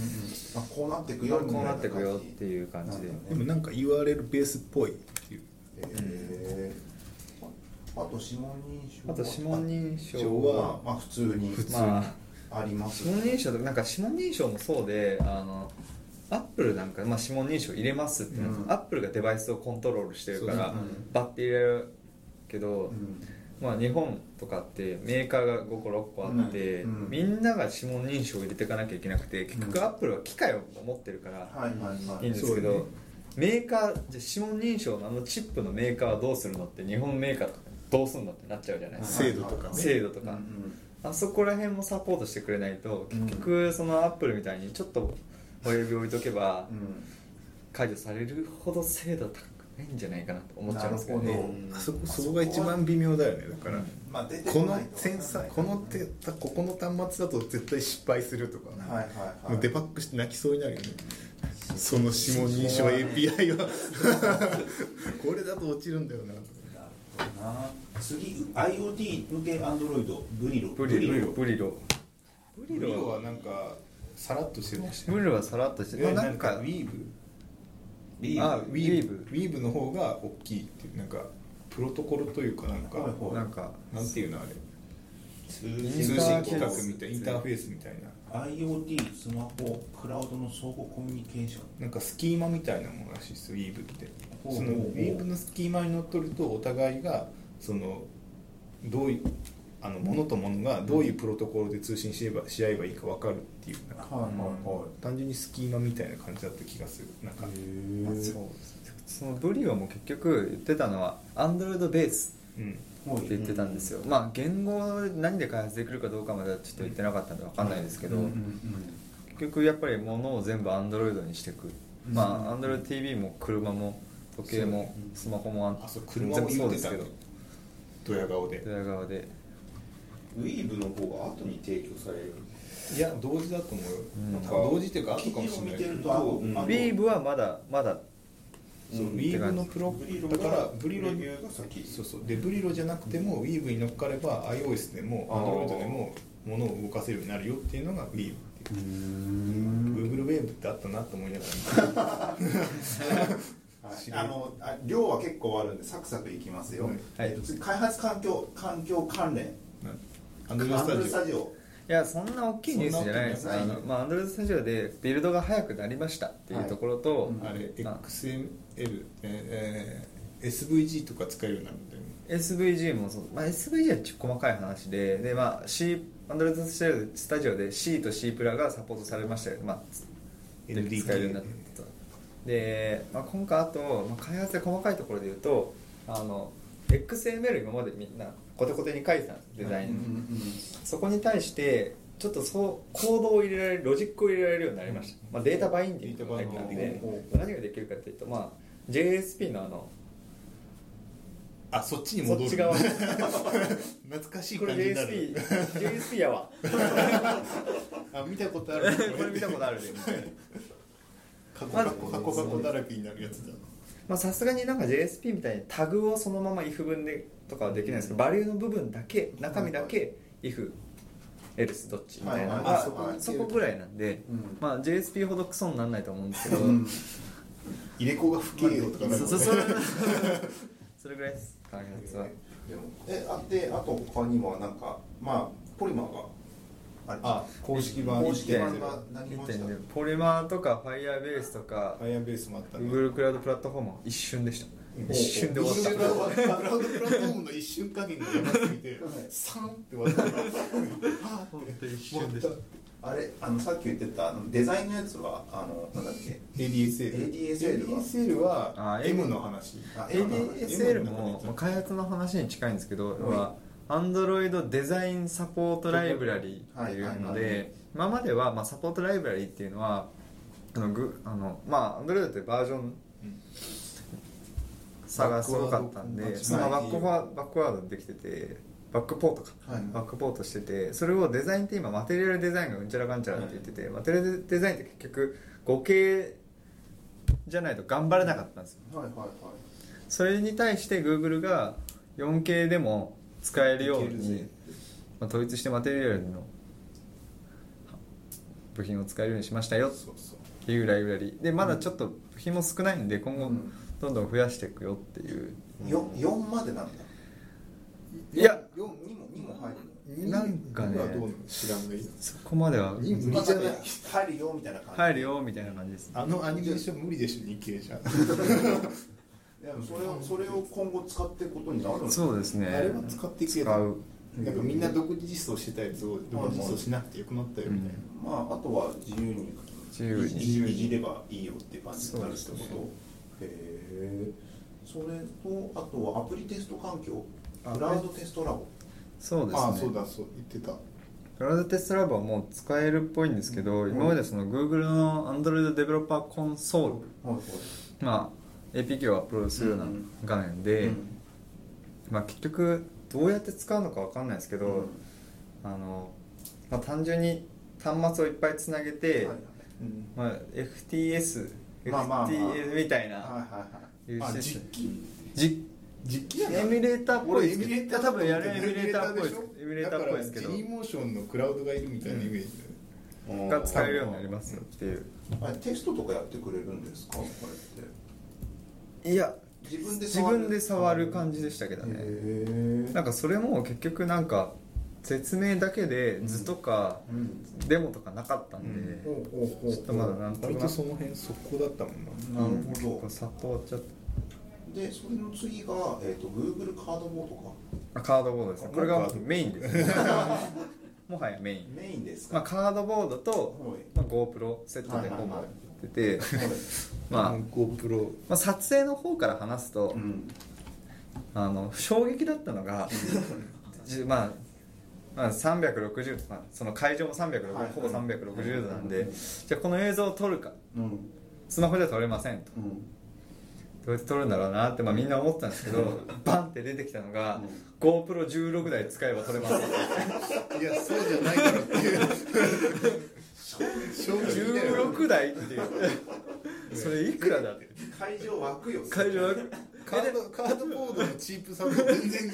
Speaker 1: あこうなってくよみた
Speaker 2: こ
Speaker 1: いうな
Speaker 2: な
Speaker 1: 感
Speaker 2: っ
Speaker 1: じ
Speaker 2: てくよっていう感じで
Speaker 1: なんだね
Speaker 3: でもなんか URL ベースっぽいっていう
Speaker 1: えーああと指紋認証
Speaker 2: あと指紋認証
Speaker 1: は
Speaker 2: は
Speaker 1: まあまあ普通に
Speaker 3: 普通
Speaker 2: まあ
Speaker 1: あります
Speaker 2: 指紋認証とかなんか指紋認証もそうであのアップルなんか、まあ、指紋認証入れますってなると、
Speaker 1: うん
Speaker 2: アップルがデバイスをコントロールしてるから、
Speaker 1: そうそううん
Speaker 2: バッて入れるけど、
Speaker 1: うん
Speaker 2: まあ、日本とかってメーカーが5個6個あって、
Speaker 1: うんうん
Speaker 2: みんなが指紋認証を入れていかなきゃいけなくて結
Speaker 1: うん
Speaker 2: 局アップルは機械を持ってるから、
Speaker 1: はいはいはい
Speaker 2: いんですけど、
Speaker 1: そうね
Speaker 2: メーカーじゃあ指紋認証のあのチップのメーカーはどうするのって日本メーカーとかどうするのってなっちゃうじゃないですか
Speaker 1: 制度とかね
Speaker 2: 制度とか、
Speaker 1: うん
Speaker 2: あそこら辺もサポートしてくれないと結局そのアップルみたいにちょっと親指置いとけば
Speaker 1: うんうん
Speaker 2: 解除されるほど精度高くないんじゃないかなと思っちゃいますけど
Speaker 3: なる
Speaker 2: ね
Speaker 3: ほどあそこそこが一番微妙だよねだから、
Speaker 1: まあ出て
Speaker 3: こ
Speaker 1: こ
Speaker 3: の
Speaker 1: ないと
Speaker 3: センサーこの手ここの端末だと絶対失敗するとか、
Speaker 1: はいはいはい
Speaker 3: もうデバッグして泣きそうになるよねその指紋認証 API は これだと落ちるんだよな
Speaker 1: なるほどな次 IoT 向けアンドロイドブリロ
Speaker 2: ブリロブリロ
Speaker 3: ブリロはなんかさらっとしてました
Speaker 2: ブリロはさらっとして
Speaker 3: え
Speaker 2: な
Speaker 3: なんん
Speaker 2: か
Speaker 3: かウィーブ
Speaker 4: ビ
Speaker 2: あ
Speaker 4: ー
Speaker 2: ウ
Speaker 4: ム
Speaker 2: ィーブ
Speaker 3: ウィーブの方が大きいっていうなんかプロトコルというかなんか、
Speaker 1: はいはい
Speaker 2: なんか
Speaker 3: なんていうのあれ
Speaker 1: 通信
Speaker 3: 通信
Speaker 2: ターフェ
Speaker 3: 規
Speaker 2: ース
Speaker 3: 格みたいなインターフェースみたいな
Speaker 1: IoT スマホクラウドの相互コミュニケーション
Speaker 3: なんかスキーマみたいなものらしいですよ Weave って
Speaker 1: ほう
Speaker 3: その
Speaker 1: ほうほう
Speaker 3: Weave のスキーマにのっとるとお互いがそのどういうあの物と物がどういうプロトコルで通信しればし合えばいいか分かるっていうなんか
Speaker 1: はいは
Speaker 3: 単純にスキーマみたいな感じだった気がするなんか
Speaker 1: いはい
Speaker 2: そう
Speaker 1: へ
Speaker 2: で
Speaker 1: え
Speaker 2: すそのブリロも結局言ってたのはアンドロイドベース
Speaker 3: うん
Speaker 2: って言ってたんですよ、まあ言語何で開発できるかどうかまではちょっと言ってなかったんで分かんないですけど、
Speaker 1: うんうん
Speaker 2: 結局やっぱり物を全部アンドロイドにしていく、
Speaker 1: うん
Speaker 2: まあアンドロイド TV も車も時計も
Speaker 1: そううん
Speaker 2: スマホも
Speaker 3: あそう車
Speaker 2: 全
Speaker 3: も
Speaker 2: 部そ
Speaker 3: 言
Speaker 2: う
Speaker 3: っ
Speaker 2: で
Speaker 3: て
Speaker 2: す
Speaker 3: た
Speaker 2: け
Speaker 3: け
Speaker 2: ど
Speaker 3: どドヤ顔で
Speaker 2: 裏側で
Speaker 4: ウィーブの方が後に提供される
Speaker 3: いや同時だと思うよ、
Speaker 2: うん
Speaker 3: なんか同時っていうか後
Speaker 1: 記
Speaker 3: かも
Speaker 1: 事
Speaker 3: し
Speaker 1: を
Speaker 3: れ
Speaker 1: 見
Speaker 3: ない
Speaker 1: て
Speaker 3: けど
Speaker 1: るとあと
Speaker 4: うん
Speaker 1: あの
Speaker 2: ビーブはまだまだ
Speaker 3: そう
Speaker 4: うん
Speaker 3: ウィーブのプロ
Speaker 4: ブリロ
Speaker 3: だか
Speaker 4: が
Speaker 3: らブリロ
Speaker 4: レビューが先
Speaker 3: そうそうでブリロじゃなくてもウィーブに乗っかれば iOS でも
Speaker 4: あー
Speaker 3: Android でも物を動かせるようになるよっていうのがウィーブってい
Speaker 1: ー
Speaker 3: うう、
Speaker 1: ん
Speaker 3: Google ウェーブってあったなと思いながら見て
Speaker 1: はいあのあ量は結構あるんでサクサクいきますよ、
Speaker 3: はい
Speaker 1: えっと次開発環境環境関連
Speaker 3: た Android スタジオ
Speaker 1: オ
Speaker 2: いやそんな大きいニュースじゃないです
Speaker 1: そんな
Speaker 2: あ
Speaker 1: 大きいニュース
Speaker 2: のまあアンドロイドスタジオでビルドが早くなりましたっていうところと、
Speaker 1: はいうん
Speaker 3: あれ
Speaker 2: あ
Speaker 3: XML、えーえー SVG とか使えるようになるんだよね
Speaker 2: SVG もそう、まあ、SVG はちょっと細かい話でで、まあ、C アンドロイドスタジオで C と C プラがサポートされましたよ、まあ、で
Speaker 3: LDK
Speaker 2: 使えるようになったとで、まあ、今回あと、まあ、開発で細かいところで言うとあの XML 今までみんなコテコテに書いてたんですデザイン、
Speaker 3: うん
Speaker 2: そこに対してちょっとそう行動を入れられるロジックを入れられるようになりました、まあ、データバインディングのタイプなん
Speaker 3: デー
Speaker 2: で
Speaker 3: タバインディング
Speaker 2: 何ができるかっていうと、まあ、JSP のあの
Speaker 3: あそっちに
Speaker 2: そ
Speaker 3: 戻る
Speaker 2: っち側
Speaker 3: 懐かしい
Speaker 2: これ
Speaker 3: 感じになる
Speaker 2: JSP JSP やわ
Speaker 3: あ見たことあ
Speaker 2: こ
Speaker 3: る
Speaker 2: れ見たことあるね
Speaker 3: 過去過去過去過去だらけになるやつだ
Speaker 2: まあさすがになんか JSP みたいにタグをそのまま if 文でとかはできないですけどバリューの部分だけ中身だけ if else どっちみたいなのが
Speaker 1: はいはいはい
Speaker 2: そこそこぐらいなんで、
Speaker 1: うん
Speaker 2: まあ JSP ほどクソにならないと思うんですけど、
Speaker 3: 入れ子が不景よとかなん
Speaker 2: そ
Speaker 3: か
Speaker 2: そそ それぐらいです開発は
Speaker 1: でもえあってあと他にもなんかまあポリマーがあれ
Speaker 3: あ公式版
Speaker 1: 公式版が
Speaker 3: 1.0
Speaker 1: 何もした
Speaker 2: 1.0ポリマーとか Firebase とか
Speaker 3: アイアンベースもあったね
Speaker 2: Google クラウドプラットフォームは一瞬でした
Speaker 3: うん
Speaker 2: 一瞬で終わった
Speaker 3: わったクラウドプラットフォームの一瞬加減がやばすぎてサンって割ったあーって
Speaker 2: 一瞬でした
Speaker 1: あれあのさっき言ってたあのデザインのやつはあのなんだっけ
Speaker 3: ADSL
Speaker 1: ADSL は
Speaker 3: ADSL
Speaker 2: あ
Speaker 3: は
Speaker 2: ー
Speaker 3: M の話
Speaker 1: あ
Speaker 2: ADSL もまあ開発の話に近いんですけど、は Android デザインサポートライブラリーっていうの
Speaker 1: はいはいは
Speaker 2: で今まではまあサポートライブラリーっていうのはあのグあのまあ Android ってバージョン差がすごかったんで
Speaker 3: バックワード
Speaker 2: そのバックファバックワードできててバックポートか、
Speaker 1: はい
Speaker 2: バックポートしててそれをデザインって今マテリアルデザインがうんちゃらかんちゃらって言ってて、マテリアルデザインって結局語形じゃないと頑張れなかったんですよ
Speaker 1: はいはいはい
Speaker 2: それに対して Google が 4K でも使えるよう
Speaker 3: いける
Speaker 2: に
Speaker 3: ぜ、
Speaker 2: まあ、統一してマテリアルの部品を使えるようにしましたよ
Speaker 3: そうそう
Speaker 2: っていうライブラリでまだちょっと部品も少ないんで今後
Speaker 1: うん
Speaker 2: どんどん増やしていくよっていう、
Speaker 1: よ四までなんだ
Speaker 2: いや
Speaker 1: 四にも二も入るの
Speaker 2: なんかね
Speaker 3: 今どうなの知らんがいいの
Speaker 2: そこまでは
Speaker 3: に無
Speaker 1: ま
Speaker 3: 理
Speaker 1: あ
Speaker 3: じゃ
Speaker 1: だ
Speaker 3: な
Speaker 1: か
Speaker 3: い
Speaker 1: ら入るよみたいな感じ
Speaker 2: 入るよみたいな感じですね
Speaker 3: あのアニメーション無理でしょ日系じゃ
Speaker 1: でもそれをそれを今後使っていくことになるの
Speaker 2: そうですね
Speaker 3: あれは使っていけ
Speaker 2: 使
Speaker 3: ば
Speaker 2: う
Speaker 3: なんかみんな独自実装してたやつを独自実装しなくてよくなったよみたいな、
Speaker 1: まああとは自由に
Speaker 2: 自由に
Speaker 1: いいじればいいよっていう感じになるってことへえそれとあとはアプリテスト環境
Speaker 2: あ
Speaker 1: クラウドテストラボ
Speaker 2: そうですね
Speaker 3: ああそうだそう言ってた
Speaker 2: クラウドテストラボはもう使えるっぽいんですけど、今までその Google の Android デベロッパーコンソール、
Speaker 1: はいはい
Speaker 2: まあ、APK をアップロードするような
Speaker 1: うん
Speaker 2: 画面で、
Speaker 1: うん
Speaker 2: まあ、結局どうやって使うのかわかんないですけど、
Speaker 1: うん
Speaker 2: あのまあ、単純に端末をいっぱいつなげて、
Speaker 1: はい
Speaker 3: うん
Speaker 2: まあ、FTS、
Speaker 1: まあまあまあ
Speaker 2: FTL みたい
Speaker 1: はい
Speaker 2: な
Speaker 1: はい
Speaker 2: いう
Speaker 1: はいあ
Speaker 2: シ
Speaker 1: 実
Speaker 2: ステム
Speaker 1: 機
Speaker 2: 実
Speaker 3: 実機やな
Speaker 2: エミュレーターっぽいですけど
Speaker 3: 俺エミュレーター
Speaker 2: 多分やるエミュレーターっぽいです
Speaker 3: エ
Speaker 2: エ
Speaker 3: ミ
Speaker 2: ミュ
Speaker 3: ュレ
Speaker 2: レ
Speaker 3: ー
Speaker 2: ー
Speaker 3: タ
Speaker 2: タ
Speaker 3: ー
Speaker 2: ーっ
Speaker 3: でしょ
Speaker 2: ぽいですけど
Speaker 3: だからジニーモーションのクラウドがいるみたいなイメージだよね
Speaker 2: が使えるようになりますよっていう
Speaker 1: あれテストとかやってくれるんですかこれって
Speaker 2: いや
Speaker 1: 自分で
Speaker 2: 自分で触る感じでしたけどね、
Speaker 1: へ
Speaker 2: なんかそれも結局なんか説明だけで図とか
Speaker 1: うん
Speaker 2: デモとかなかったんで、
Speaker 1: ほうほうほう
Speaker 2: ちょっとまだなんと
Speaker 3: 割
Speaker 2: な
Speaker 3: と
Speaker 2: く
Speaker 3: その辺速攻だったもんな
Speaker 1: なるほど
Speaker 2: 結構殺到ちゃった
Speaker 1: でそれの次が、えー、と Google カードボードか
Speaker 2: あカードボードですねこれ
Speaker 3: カ
Speaker 2: が
Speaker 3: ード
Speaker 2: メインですもはやメイン、
Speaker 1: メインですか、
Speaker 2: まあ、カードボードと、
Speaker 1: はい
Speaker 2: まあ、GoPro セット
Speaker 1: は
Speaker 2: で
Speaker 1: い
Speaker 2: ほ
Speaker 1: はい
Speaker 2: ぼ
Speaker 1: はい
Speaker 2: やってて、まあ
Speaker 3: あの GoPro
Speaker 2: まあ撮影の方から話すと、
Speaker 1: うん
Speaker 2: あの衝撃だったのがじまあまあ、360、まあ、その会場も360、
Speaker 1: はいはい
Speaker 2: ほぼ360度なん
Speaker 1: は
Speaker 2: で、
Speaker 1: いはい
Speaker 2: じゃあこの映像を撮るか
Speaker 1: うん
Speaker 2: スマホじゃ撮れませんと
Speaker 1: うん
Speaker 2: どうやって撮るんだろうなって、まあ、みんな思ってたんですけどバンって出てきたのが、GoPro16 台使えば撮れます
Speaker 3: いやそうじゃないからっていう 衝撃だよ
Speaker 2: 16台っていう それいくらだって
Speaker 1: 会場湧くよ
Speaker 2: 会場は
Speaker 3: カードカードボードのチープさも全然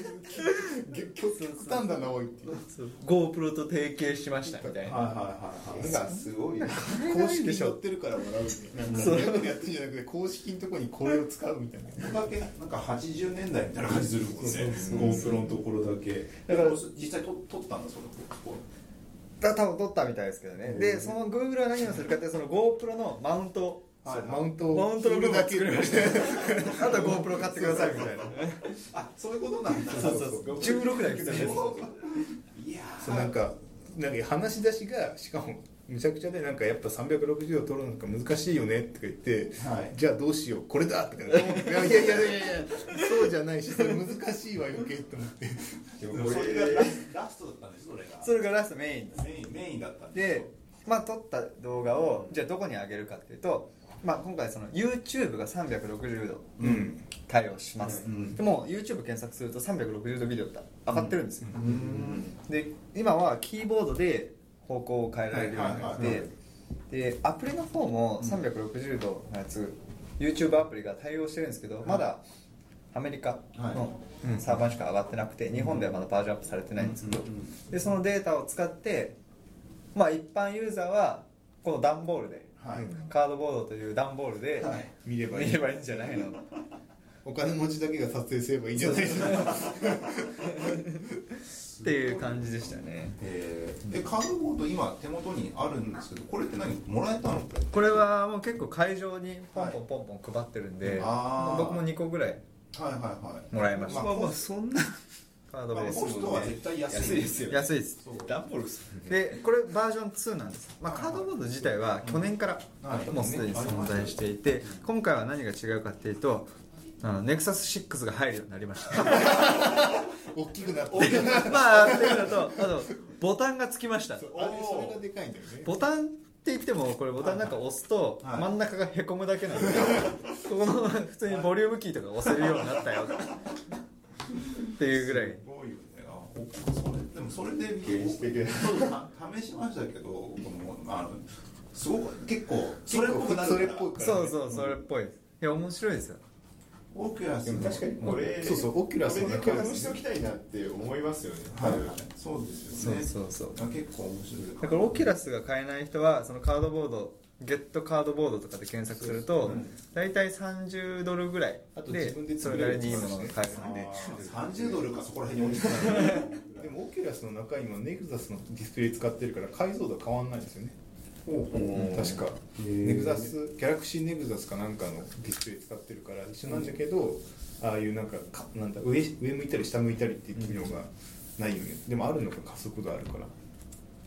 Speaker 3: 極極極端だなおいっていう
Speaker 2: GoPro と提携しましたみたい
Speaker 1: はい
Speaker 2: な
Speaker 1: はいはい
Speaker 3: な
Speaker 1: は
Speaker 3: ん
Speaker 1: い
Speaker 3: か
Speaker 1: すごいね
Speaker 3: 公式に載ってるから笑うねなんかやってやってんじゃなくて公式のとこにこれを使うみたいな
Speaker 1: ここだけなんか80年代みたいな感じするもんね GoPro のところだけ
Speaker 2: だから
Speaker 1: 実際と撮ったんだそれこ
Speaker 2: だ多分撮ったみたいですけどねでその Google は何をするかってその GoPro のマウント
Speaker 1: こ
Speaker 3: そう
Speaker 1: はい
Speaker 3: マウントを
Speaker 2: マウントの部分を作
Speaker 3: る
Speaker 2: りました あとは GoPro 買ってくださいみたいな
Speaker 1: あそういうことなんだ
Speaker 2: そうそうそう16台必要です
Speaker 1: いやー
Speaker 3: そうなんかなんか話し出しがしかもむちゃくちゃでなんかやっぱ360度撮るのが難しいよねとか言って、
Speaker 1: はい
Speaker 3: じゃあどうしようこれだとか言 っていやいやいやいやいやそうじゃないしそれ難しいわ余計と思って
Speaker 1: でもそれがラスラストだったんですそれが
Speaker 2: それがラストメインです
Speaker 1: メインメインだったん
Speaker 2: で、まあ、撮った動画をじゃあどこに上げるかっていうと、まあ、今回その YouTube が360度
Speaker 3: うん
Speaker 2: 対応します、
Speaker 1: うん
Speaker 2: でも YouTube 検索すると360度ビデオって上がってるんですよ、
Speaker 1: うーん
Speaker 2: で今はキーボードで方向を変えられるようになっ
Speaker 1: はいはい
Speaker 2: てでアプリの方も360度のやつ、YouTube アプリが対応してるんですけど、まだアメリカのサーバーしか上がってなくて、日本ではまだバージョンアップされてないんですけど、
Speaker 1: うんうんうん
Speaker 2: でそのデータを使ってまあ一般ユーザーはこの段ボールで、
Speaker 1: はい
Speaker 2: カードボードという段ボールで、
Speaker 1: はい
Speaker 3: 見ればい
Speaker 2: 見
Speaker 3: い
Speaker 2: ればいいんじゃないの
Speaker 3: お金持ちだけが撮影すればいいんじゃないですか
Speaker 2: っていう感じでしたね
Speaker 1: えー、でカードボード今手元にあるんですけどこれって何もらえたのこれ
Speaker 2: これはもう結構会場にポンポンポンポン配ってるんで、
Speaker 1: あー
Speaker 2: 僕も2個ぐらい
Speaker 1: はいはいはい
Speaker 2: もらいました、
Speaker 1: まあまあ
Speaker 2: そんな カードボー
Speaker 1: まあ
Speaker 2: ド
Speaker 1: コストは絶対安い
Speaker 4: 安いですよ
Speaker 2: 安いです
Speaker 1: そう
Speaker 4: ダンボールっす
Speaker 2: でこれバージョン2なんです、まあ、カードボード自体は去年から
Speaker 1: はい
Speaker 2: もうすでに存在していて今回は何が違うかっていうとあのネクサス6が入るようになりましたま
Speaker 3: 大きくなって
Speaker 2: あっていうのとあとボタンがつきました
Speaker 3: あれそれがでかいんだよね
Speaker 2: ボタンって言ってもこれボタンなんか押すと
Speaker 1: はい
Speaker 2: 真ん中がへこむだけなんで、 この普通にボリュームキーとか押せるようになったよっていうぐらい
Speaker 1: すごいよねあおそれでもそれで
Speaker 3: 原始的
Speaker 1: そう試しましたけどこのあのすごく結構それっぽくなる
Speaker 3: それっぽいからね
Speaker 2: そうそうそれっぽいですいや面白いですよ
Speaker 1: オキュラス
Speaker 3: でも
Speaker 1: も
Speaker 3: 確かに
Speaker 4: これ
Speaker 3: そうそうオキュラスの
Speaker 4: これで
Speaker 3: 中
Speaker 4: 共有しておきたいなって思いますよね
Speaker 1: はいはいそうです
Speaker 2: そ
Speaker 1: よ
Speaker 2: う
Speaker 1: ね
Speaker 2: そうそう
Speaker 1: あ結構面白い
Speaker 2: だからオキュラスが買えない人はそのカードボードゲットカードボードとかで検索すると大体30ドルぐらい
Speaker 3: あと
Speaker 2: で
Speaker 3: 自分で
Speaker 2: そ
Speaker 3: 作
Speaker 2: れな
Speaker 3: れる
Speaker 2: りにいいものが買える
Speaker 1: なん
Speaker 2: の
Speaker 1: で
Speaker 2: で
Speaker 1: 30ドルかそこら辺に置いてたのに
Speaker 3: でもオキュラスの中今ネグザスのディスプレイ使ってるから解像度変わんないんですよね
Speaker 1: うん
Speaker 3: 確か
Speaker 1: ー
Speaker 3: ネグザスギャラクシーネグザスかなんかのディスプレイ使ってるから一緒なんだけど、ああいうなんかかなんだ上上向いたり下向いたりっていう機能がないよね、でもあるのか加速度あるか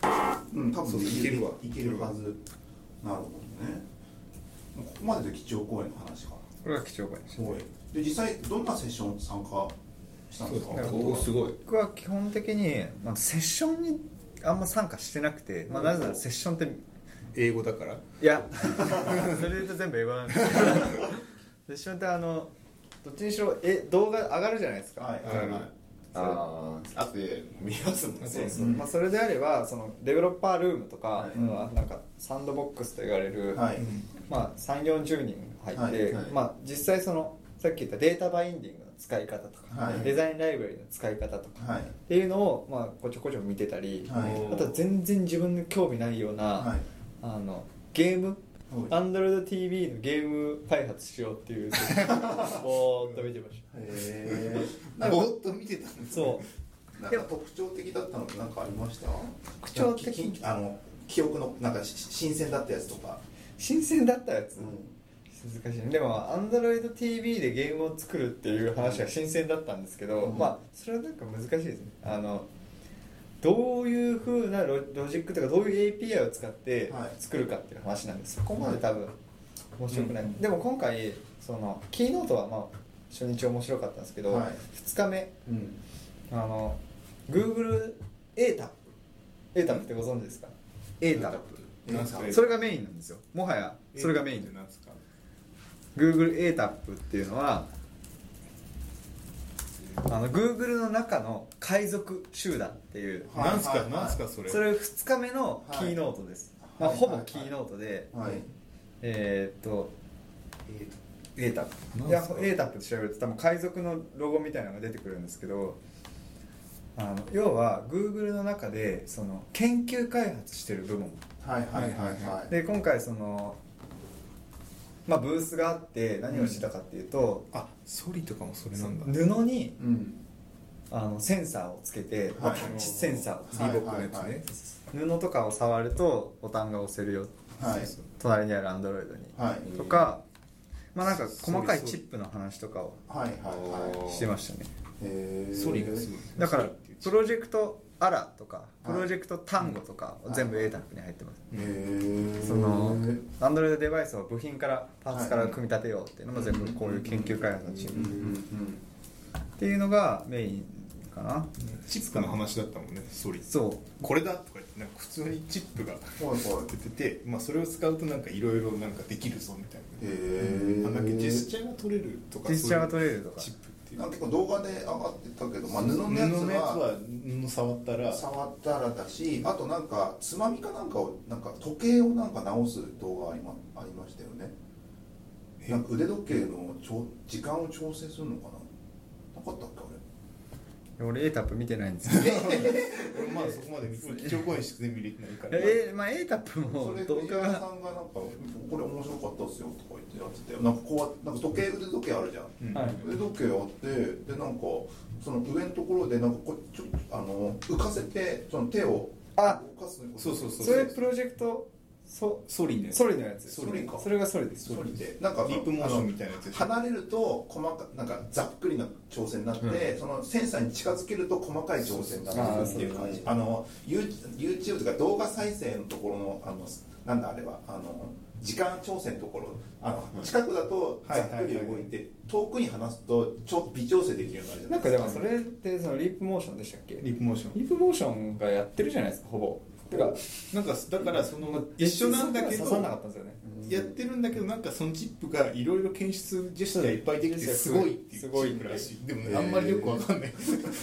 Speaker 3: ら
Speaker 1: うん、多分
Speaker 3: そう
Speaker 1: いけるわ
Speaker 3: い
Speaker 1: い
Speaker 3: け
Speaker 1: け
Speaker 3: る
Speaker 1: る
Speaker 3: わ
Speaker 1: はずなるほどねここまでで基調講演の話か
Speaker 2: これが貴重版です
Speaker 1: すごいで実際どんなセッション参加したんですか
Speaker 3: そうですね
Speaker 2: おーす
Speaker 1: ごい
Speaker 2: 僕は基本的に、まあ、セッションにあんま参加してなくて、まあ、なぜならセッションって
Speaker 3: 英語だから
Speaker 2: いや それで言うと全部英語なん ですけどセッションってあのどっちにしろえ動画上がるじゃないですか、
Speaker 1: はい
Speaker 3: 上がる
Speaker 4: ああって見ますもんね
Speaker 2: そうそうまあ、それであればそのデベロッパールームとか、
Speaker 4: はい
Speaker 2: まあなんかサンドボックスと言われる、
Speaker 1: はい、
Speaker 2: まあ、3 4 0人入って、
Speaker 1: はい
Speaker 4: はい
Speaker 2: まあ、実際そのさっき言ったデータバインディングの使い方とか、
Speaker 1: はい
Speaker 2: デザインライブラリの使い方とか、
Speaker 1: はい
Speaker 2: っていうのを、まあ、こちょこちょ見てたり、
Speaker 1: はい
Speaker 2: あとは全然自分の興味ないような、
Speaker 1: はい
Speaker 2: あのゲーム
Speaker 1: はい
Speaker 2: AndroidTV のゲーム開発しようっ ていうぼーっと見てまし
Speaker 1: へ
Speaker 3: ぼ
Speaker 1: え
Speaker 3: ーっと見てたん
Speaker 2: たそう
Speaker 1: なんか特徴的だったのって何かありました
Speaker 2: 特徴的
Speaker 1: なんかきあの記憶のなんかし新鮮だったやつとか、
Speaker 2: 新鮮だったやつ、
Speaker 1: う
Speaker 2: 難しいねでも AndroidTV でゲームを作るっていう話が新鮮だったんですけど、
Speaker 1: うん
Speaker 2: まあそれはなんか難しいですねあのどういうふうなロロジックとかどういう API を使って
Speaker 1: はい
Speaker 2: 作るかっていう話なんですそこまで多分面白くない、でも今回そのキーノートはまあ初日面白かったんですけど、
Speaker 1: はい
Speaker 2: 2日目
Speaker 1: ん、
Speaker 2: あの Google a t a p a t a p ってご存知ですか a t a
Speaker 3: なんすか
Speaker 2: p それがメインなんですよもはやそれがメイン
Speaker 3: なんですか
Speaker 2: Google ATAP っていうのはあの Google の中の海賊集団っていう
Speaker 1: はい
Speaker 3: なんす
Speaker 1: はい
Speaker 3: か
Speaker 1: はい
Speaker 3: なんすかそれ
Speaker 2: それ2日目のキーノートです、まあ、
Speaker 1: はい
Speaker 2: ほぼキーノートで、
Speaker 1: はい、
Speaker 2: えーっと ATAP い
Speaker 3: なん
Speaker 2: や
Speaker 3: すか
Speaker 2: ATAP って調べると多分海賊のロゴみたいなのが出てくるんですけどあの要は Google の中でその研究開発してる部門
Speaker 1: はいはいはいはい
Speaker 2: で今回そのまあブースがあって何をしてたかっていうと、
Speaker 3: あソリとかもそれなんだ
Speaker 2: 布に
Speaker 1: うん
Speaker 2: あのセンサーをつけて、まあ
Speaker 1: はい
Speaker 2: タッチセンサーをつけて、
Speaker 1: はい
Speaker 3: リボックのやつね、
Speaker 1: はいはい
Speaker 2: 布とかを触るとボタンが押せるよ
Speaker 1: はい
Speaker 2: 隣にあるアンドロイドに、
Speaker 1: はい
Speaker 2: とかまあなんか細かいチップの話とかを
Speaker 1: はいはいはい
Speaker 2: してましたね
Speaker 1: へー
Speaker 3: ソリがすごい
Speaker 2: だからプロジェクトアラとか
Speaker 1: い
Speaker 2: プロジェクトタンゴとか
Speaker 1: うん
Speaker 2: 全部 A タップに入ってます、
Speaker 1: へー
Speaker 2: そのアンドロイドデバイスを部品からパーツから組み立てようっていうのも全部こういう研究開発のチー
Speaker 1: うんう
Speaker 2: ム
Speaker 1: ん
Speaker 2: っていうのがメインかな
Speaker 3: チップの話だったもんねソリ
Speaker 2: そう
Speaker 3: これだとか言ってなんか普通にチップが
Speaker 1: うんはいはい
Speaker 3: 出てて、まあ、それを使うとなんかいろいろなんかできるぞみたい
Speaker 1: へー
Speaker 3: な、あなんかジェスチャーが取れるとか
Speaker 2: ジェスチャーが
Speaker 3: そう
Speaker 2: 取
Speaker 3: いう
Speaker 2: れるとか
Speaker 3: チップっていう
Speaker 1: なんか結構動画で上がってたけど、まあ、布のやつ
Speaker 3: 布のやつ
Speaker 1: は
Speaker 3: は布触ったら
Speaker 1: 触ったらだしあとなんかつまみかなんかをなんか時計をなんか直す動画ありまありましたよね
Speaker 3: え
Speaker 1: なんか腕時計のちょ時間を調整するのかななかったっけ
Speaker 2: 俺 A タップ見てないんですけど
Speaker 3: 俺まあそこまで見基調講演しか全部入れてないから
Speaker 2: えまあ A タップ
Speaker 1: あれそ
Speaker 2: も
Speaker 1: れ
Speaker 2: 動
Speaker 1: 藤
Speaker 2: 画
Speaker 1: 原さ
Speaker 2: が
Speaker 1: んがなんか「これ面白かったっすよ」とか言ってやってたよなんかこうやなんか時計腕時計あるじゃん
Speaker 3: うん
Speaker 2: はい
Speaker 1: 腕時計あってでなんかその上のところでなんかこうちょあの浮かせてその手を
Speaker 2: あ
Speaker 1: 動かすの
Speaker 3: そうそうそう
Speaker 2: それプロジェクトそ
Speaker 3: ソリね
Speaker 2: ソリのやつ
Speaker 1: ソリか
Speaker 2: それがソリです
Speaker 1: それでなんか
Speaker 3: リップモーションみたいなやつでしょ
Speaker 1: 離れると細かなんかざっくりな調整になって、そのセンサーに近づけると細かい調整になってるっていう感じあの YouTube YouTube とか動画再生のところのあのなんだあれはあの時間調整のところあの近くだとざっくり動いて遠くに離すとちょ微調整できるようになるじゃな
Speaker 2: ないんかでも
Speaker 1: す
Speaker 2: それってそのリープモーションでしたっけ
Speaker 3: リップモーション
Speaker 2: リープモーションがやってるじゃないですかほぼてか
Speaker 3: なんかだからその一緒なんだけ
Speaker 2: 刺さなか
Speaker 3: ど
Speaker 2: ったんですよね
Speaker 3: やってるんだけどなんかそのチップがいろいろ検出ジェスチャーいっぱいできてすごいっていうチ
Speaker 2: すごい
Speaker 3: ップらしいでも
Speaker 1: へ
Speaker 3: ね
Speaker 1: ー
Speaker 3: あんまりよくわかんない